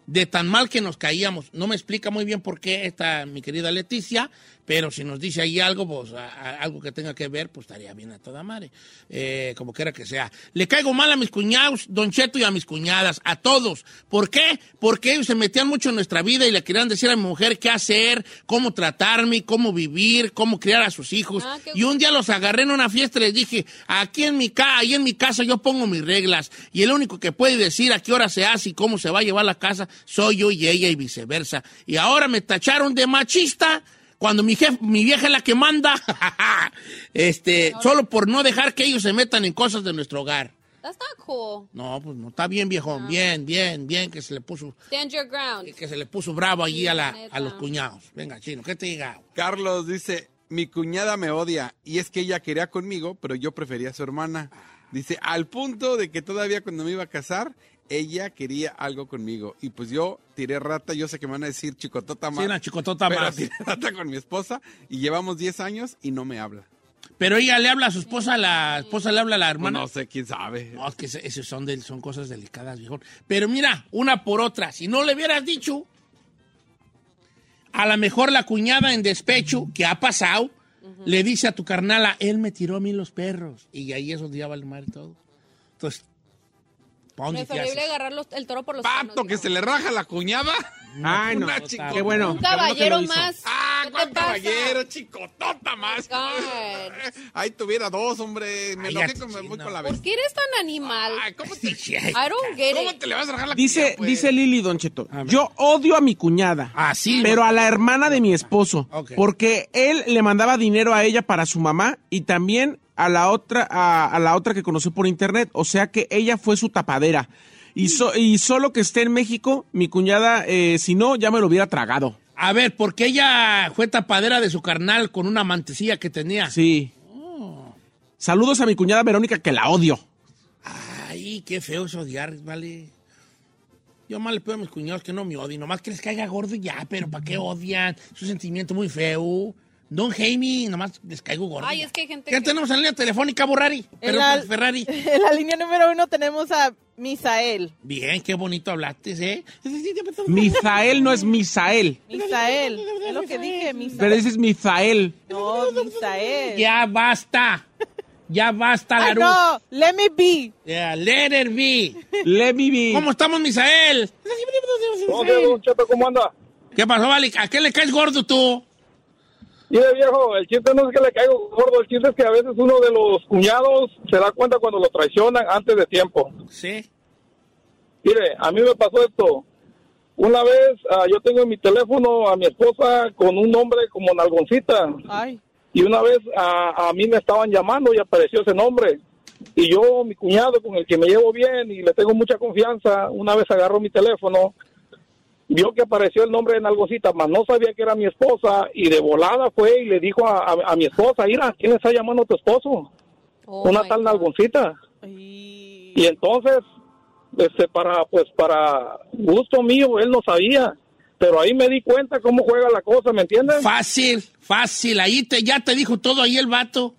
[SPEAKER 3] De tan mal que nos caíamos. No me explica muy bien por qué esta, mi querida Leticia, Pero si nos dice ahí algo, pues a- a- algo que tenga que ver, pues estaría bien a toda madre. Eh, como quiera que sea. Le caigo mal a mis cuñados, Don Cheto, y a mis cuñadas, a todos. ¿Por qué? Porque ellos se metían mucho en nuestra vida y le querían decir a mi mujer qué hacer, cómo tratarme, cómo vivir, cómo criar a sus hijos.
[SPEAKER 13] Ah, qué
[SPEAKER 3] y un día los agarré en una fiesta y les dije, aquí en mi casa, ahí en mi casa yo pongo mis reglas. Y el único que puede decir a qué hora se hace y cómo se va a llevar la casa soy yo y ella y viceversa. Y ahora me tacharon de machista cuando mi, jef- mi vieja es la que manda, *laughs* este, solo por no dejar que ellos se metan en cosas de nuestro hogar.
[SPEAKER 10] That's not cool.
[SPEAKER 3] No, pues no, está
[SPEAKER 13] Ah.
[SPEAKER 3] bien, viejón, bien, bien, bien, que se le puso,
[SPEAKER 10] Stand your ground.
[SPEAKER 3] que se le puso bravo allí a, la-
[SPEAKER 10] neta.
[SPEAKER 3] a los cuñados. Venga, chino, ¿qué te diga?
[SPEAKER 6] Carlos dice, mi cuñada me odia y es que ella quería conmigo, pero yo prefería a su hermana. Dice, al punto de que todavía cuando me iba a casar, ella quería algo conmigo. Y pues yo tiré rata, yo sé que me van a decir chicotota más.
[SPEAKER 3] Sí, la chicotota
[SPEAKER 6] pero
[SPEAKER 3] más.
[SPEAKER 6] tiré rata con mi esposa y llevamos 10 años y no me habla. Pues
[SPEAKER 3] Pero ella le habla a su esposa, la esposa le habla a la hermana.
[SPEAKER 6] No sé, quién sabe.
[SPEAKER 3] No, es que ese- esos son, del- son cosas delicadas, viejón. Pero mira, una por otra, si no le hubieras dicho, a lo mejor la cuñada en despecho, que ha pasado, le dice a tu carnala, él me tiró a mí los perros. Y ahí eso ya vale madre todo. Entonces, ¿pa' dónde te
[SPEAKER 10] Preferible
[SPEAKER 3] haces?
[SPEAKER 10] agarrar los- el toro por los
[SPEAKER 6] Pato, que se le raja la cuñada.
[SPEAKER 5] Ay, no.
[SPEAKER 6] Una
[SPEAKER 5] no,
[SPEAKER 6] chico-
[SPEAKER 5] Qué bueno.
[SPEAKER 3] *laughs*
[SPEAKER 10] Un
[SPEAKER 5] qué bueno que lo
[SPEAKER 10] caballero
[SPEAKER 5] hizo.
[SPEAKER 10] más.
[SPEAKER 6] Ah,
[SPEAKER 10] ¿Qué te
[SPEAKER 6] ¿cuál
[SPEAKER 10] pasa?
[SPEAKER 6] caballero, chicotota más.
[SPEAKER 3] Oh
[SPEAKER 6] Ahí tuviera dos, hombre. Me enojé
[SPEAKER 3] Cállate,
[SPEAKER 6] con me voy
[SPEAKER 3] chino.
[SPEAKER 6] con la
[SPEAKER 10] ¿Por
[SPEAKER 6] vez.
[SPEAKER 10] qué eres tan animal? I don't get
[SPEAKER 6] ¿Cómo
[SPEAKER 10] it.
[SPEAKER 6] te le vas a rajar la
[SPEAKER 5] Dice,
[SPEAKER 6] cuñada, pues?
[SPEAKER 5] dice Lili Don Cheto, yo odio a mi cuñada, pero a la hermana de mi esposo,
[SPEAKER 3] Ah, Ok.
[SPEAKER 5] porque él le mandaba dinero a ella para su mamá y también a la otra, a, a la otra que conoció por internet, o sea que ella fue su tapadera. Y, so- y solo que esté en México, mi cuñada, eh, si no, ya me lo hubiera tragado.
[SPEAKER 3] A ver, porque ella fue tapadera de su carnal con una mantecilla que tenía.
[SPEAKER 5] Sí. Saludos a mi cuñada Verónica, que la odio.
[SPEAKER 3] Ay, qué feo es odiar, vale. Yo más le pido a mis cuñados que no me odien. Nomás que les caiga gordo y ya, pero ¿para qué odian? Es un sentimiento muy feo. Don Jaime, nomás les caigo gordo.
[SPEAKER 10] Ay,
[SPEAKER 3] ya.
[SPEAKER 10] es que hay gente
[SPEAKER 3] ¿Qué
[SPEAKER 10] que...
[SPEAKER 3] tenemos en la línea telefónica, Borrari? Perdón, Ferrari.
[SPEAKER 11] *laughs* En la línea número uno tenemos a Misael.
[SPEAKER 3] Bien, qué bonito hablaste, ¿eh?
[SPEAKER 5] Misael no es Misael,
[SPEAKER 11] Misael. Es lo que dije, Misael.
[SPEAKER 5] pero dices Misael.
[SPEAKER 11] No, Misael.
[SPEAKER 3] Ya basta. Ya basta,
[SPEAKER 11] Ay,
[SPEAKER 3] Larú.
[SPEAKER 11] no, let me be.
[SPEAKER 3] Yeah, let it be.
[SPEAKER 5] Let me be.
[SPEAKER 3] ¿Cómo estamos, Misael?
[SPEAKER 14] ¿Cómo anda?
[SPEAKER 3] ¿Qué pasó, vale? ¿A qué le caes gordo tú?
[SPEAKER 14] Mire, viejo, el chiste no es que le caigo gordo, el chiste es que a veces uno de los cuñados se da cuenta cuando lo traicionan antes de tiempo.
[SPEAKER 3] Sí.
[SPEAKER 14] Mire, a mí me pasó esto. Una vez ah, yo tengo en mi teléfono a mi esposa con un nombre como Nalgoncita.
[SPEAKER 11] Ay.
[SPEAKER 14] Y una vez a, a mí me estaban llamando y apareció ese nombre. Y yo, mi cuñado, con el que me llevo bien y le tengo mucha confianza, una vez agarró mi teléfono, vio que apareció el nombre de Nalgoncita, mas no sabía que era mi esposa y de volada fue y le dijo a, a- a mi esposa, mira, ¿quién le está llamando a tu esposo?
[SPEAKER 10] Oh
[SPEAKER 14] una tal Nalgoncita. Y entonces, este, para, pues, para gusto mío, él no sabía. Pero ahí me di cuenta cómo juega la cosa, ¿me entiendes?
[SPEAKER 3] Fácil, fácil. Ahí te, ya te dijo todo ahí el vato.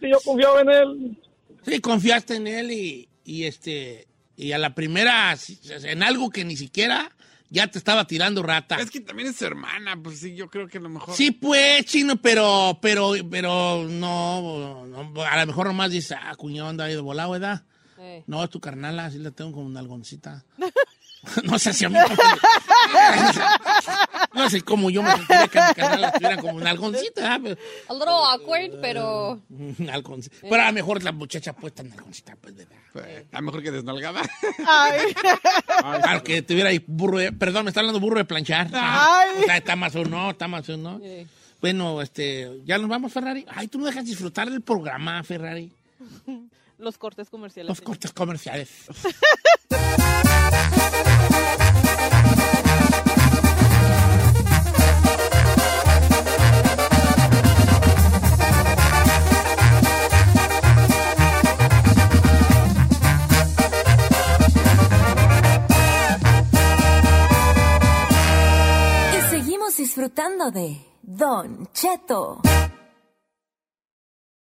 [SPEAKER 14] Sí, yo confiaba en él.
[SPEAKER 3] Sí, confiaste en él y, y este y a la primera si- en algo que ni siquiera ya te estaba tirando rata.
[SPEAKER 6] Es que también es su hermana, pues sí, yo creo que a lo mejor.
[SPEAKER 3] Sí, pues, chino, pero, pero, pero no, no, a lo mejor nomás dices, ah, cuñado anda ahí de volado, ¿verdad?
[SPEAKER 10] Eh.
[SPEAKER 3] No, es tu carnala, así la tengo como una algoncita. *laughs* no sé si a mí. *laughs* no sé cómo yo me sentiría que mi carnala estuviera como una algoncita, ¿verdad? Pero-
[SPEAKER 10] A little awkward, pero...
[SPEAKER 3] *laughs* Nalgoncita. Pero a lo mejor la muchacha puesta en nalgoncita, pues, ¿verdad?
[SPEAKER 6] A lo mejor que
[SPEAKER 5] *laughs*
[SPEAKER 6] desnalgada.
[SPEAKER 11] Ay.
[SPEAKER 3] Claro, que tuviera ahí burro de... Perdón, me está hablando burro de planchar.
[SPEAKER 11] Ay.
[SPEAKER 3] O sea, está más uno, está más uno. Bueno, este, ¿ya nos vamos, Ferrari? Ay, tú no dejas disfrutar del programa, Ferrari.
[SPEAKER 11] Los cortes comerciales.
[SPEAKER 3] Los cortes comerciales.
[SPEAKER 12] Y seguimos disfrutando de Don Cheto.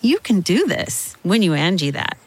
[SPEAKER 13] You can do this when you Angie that.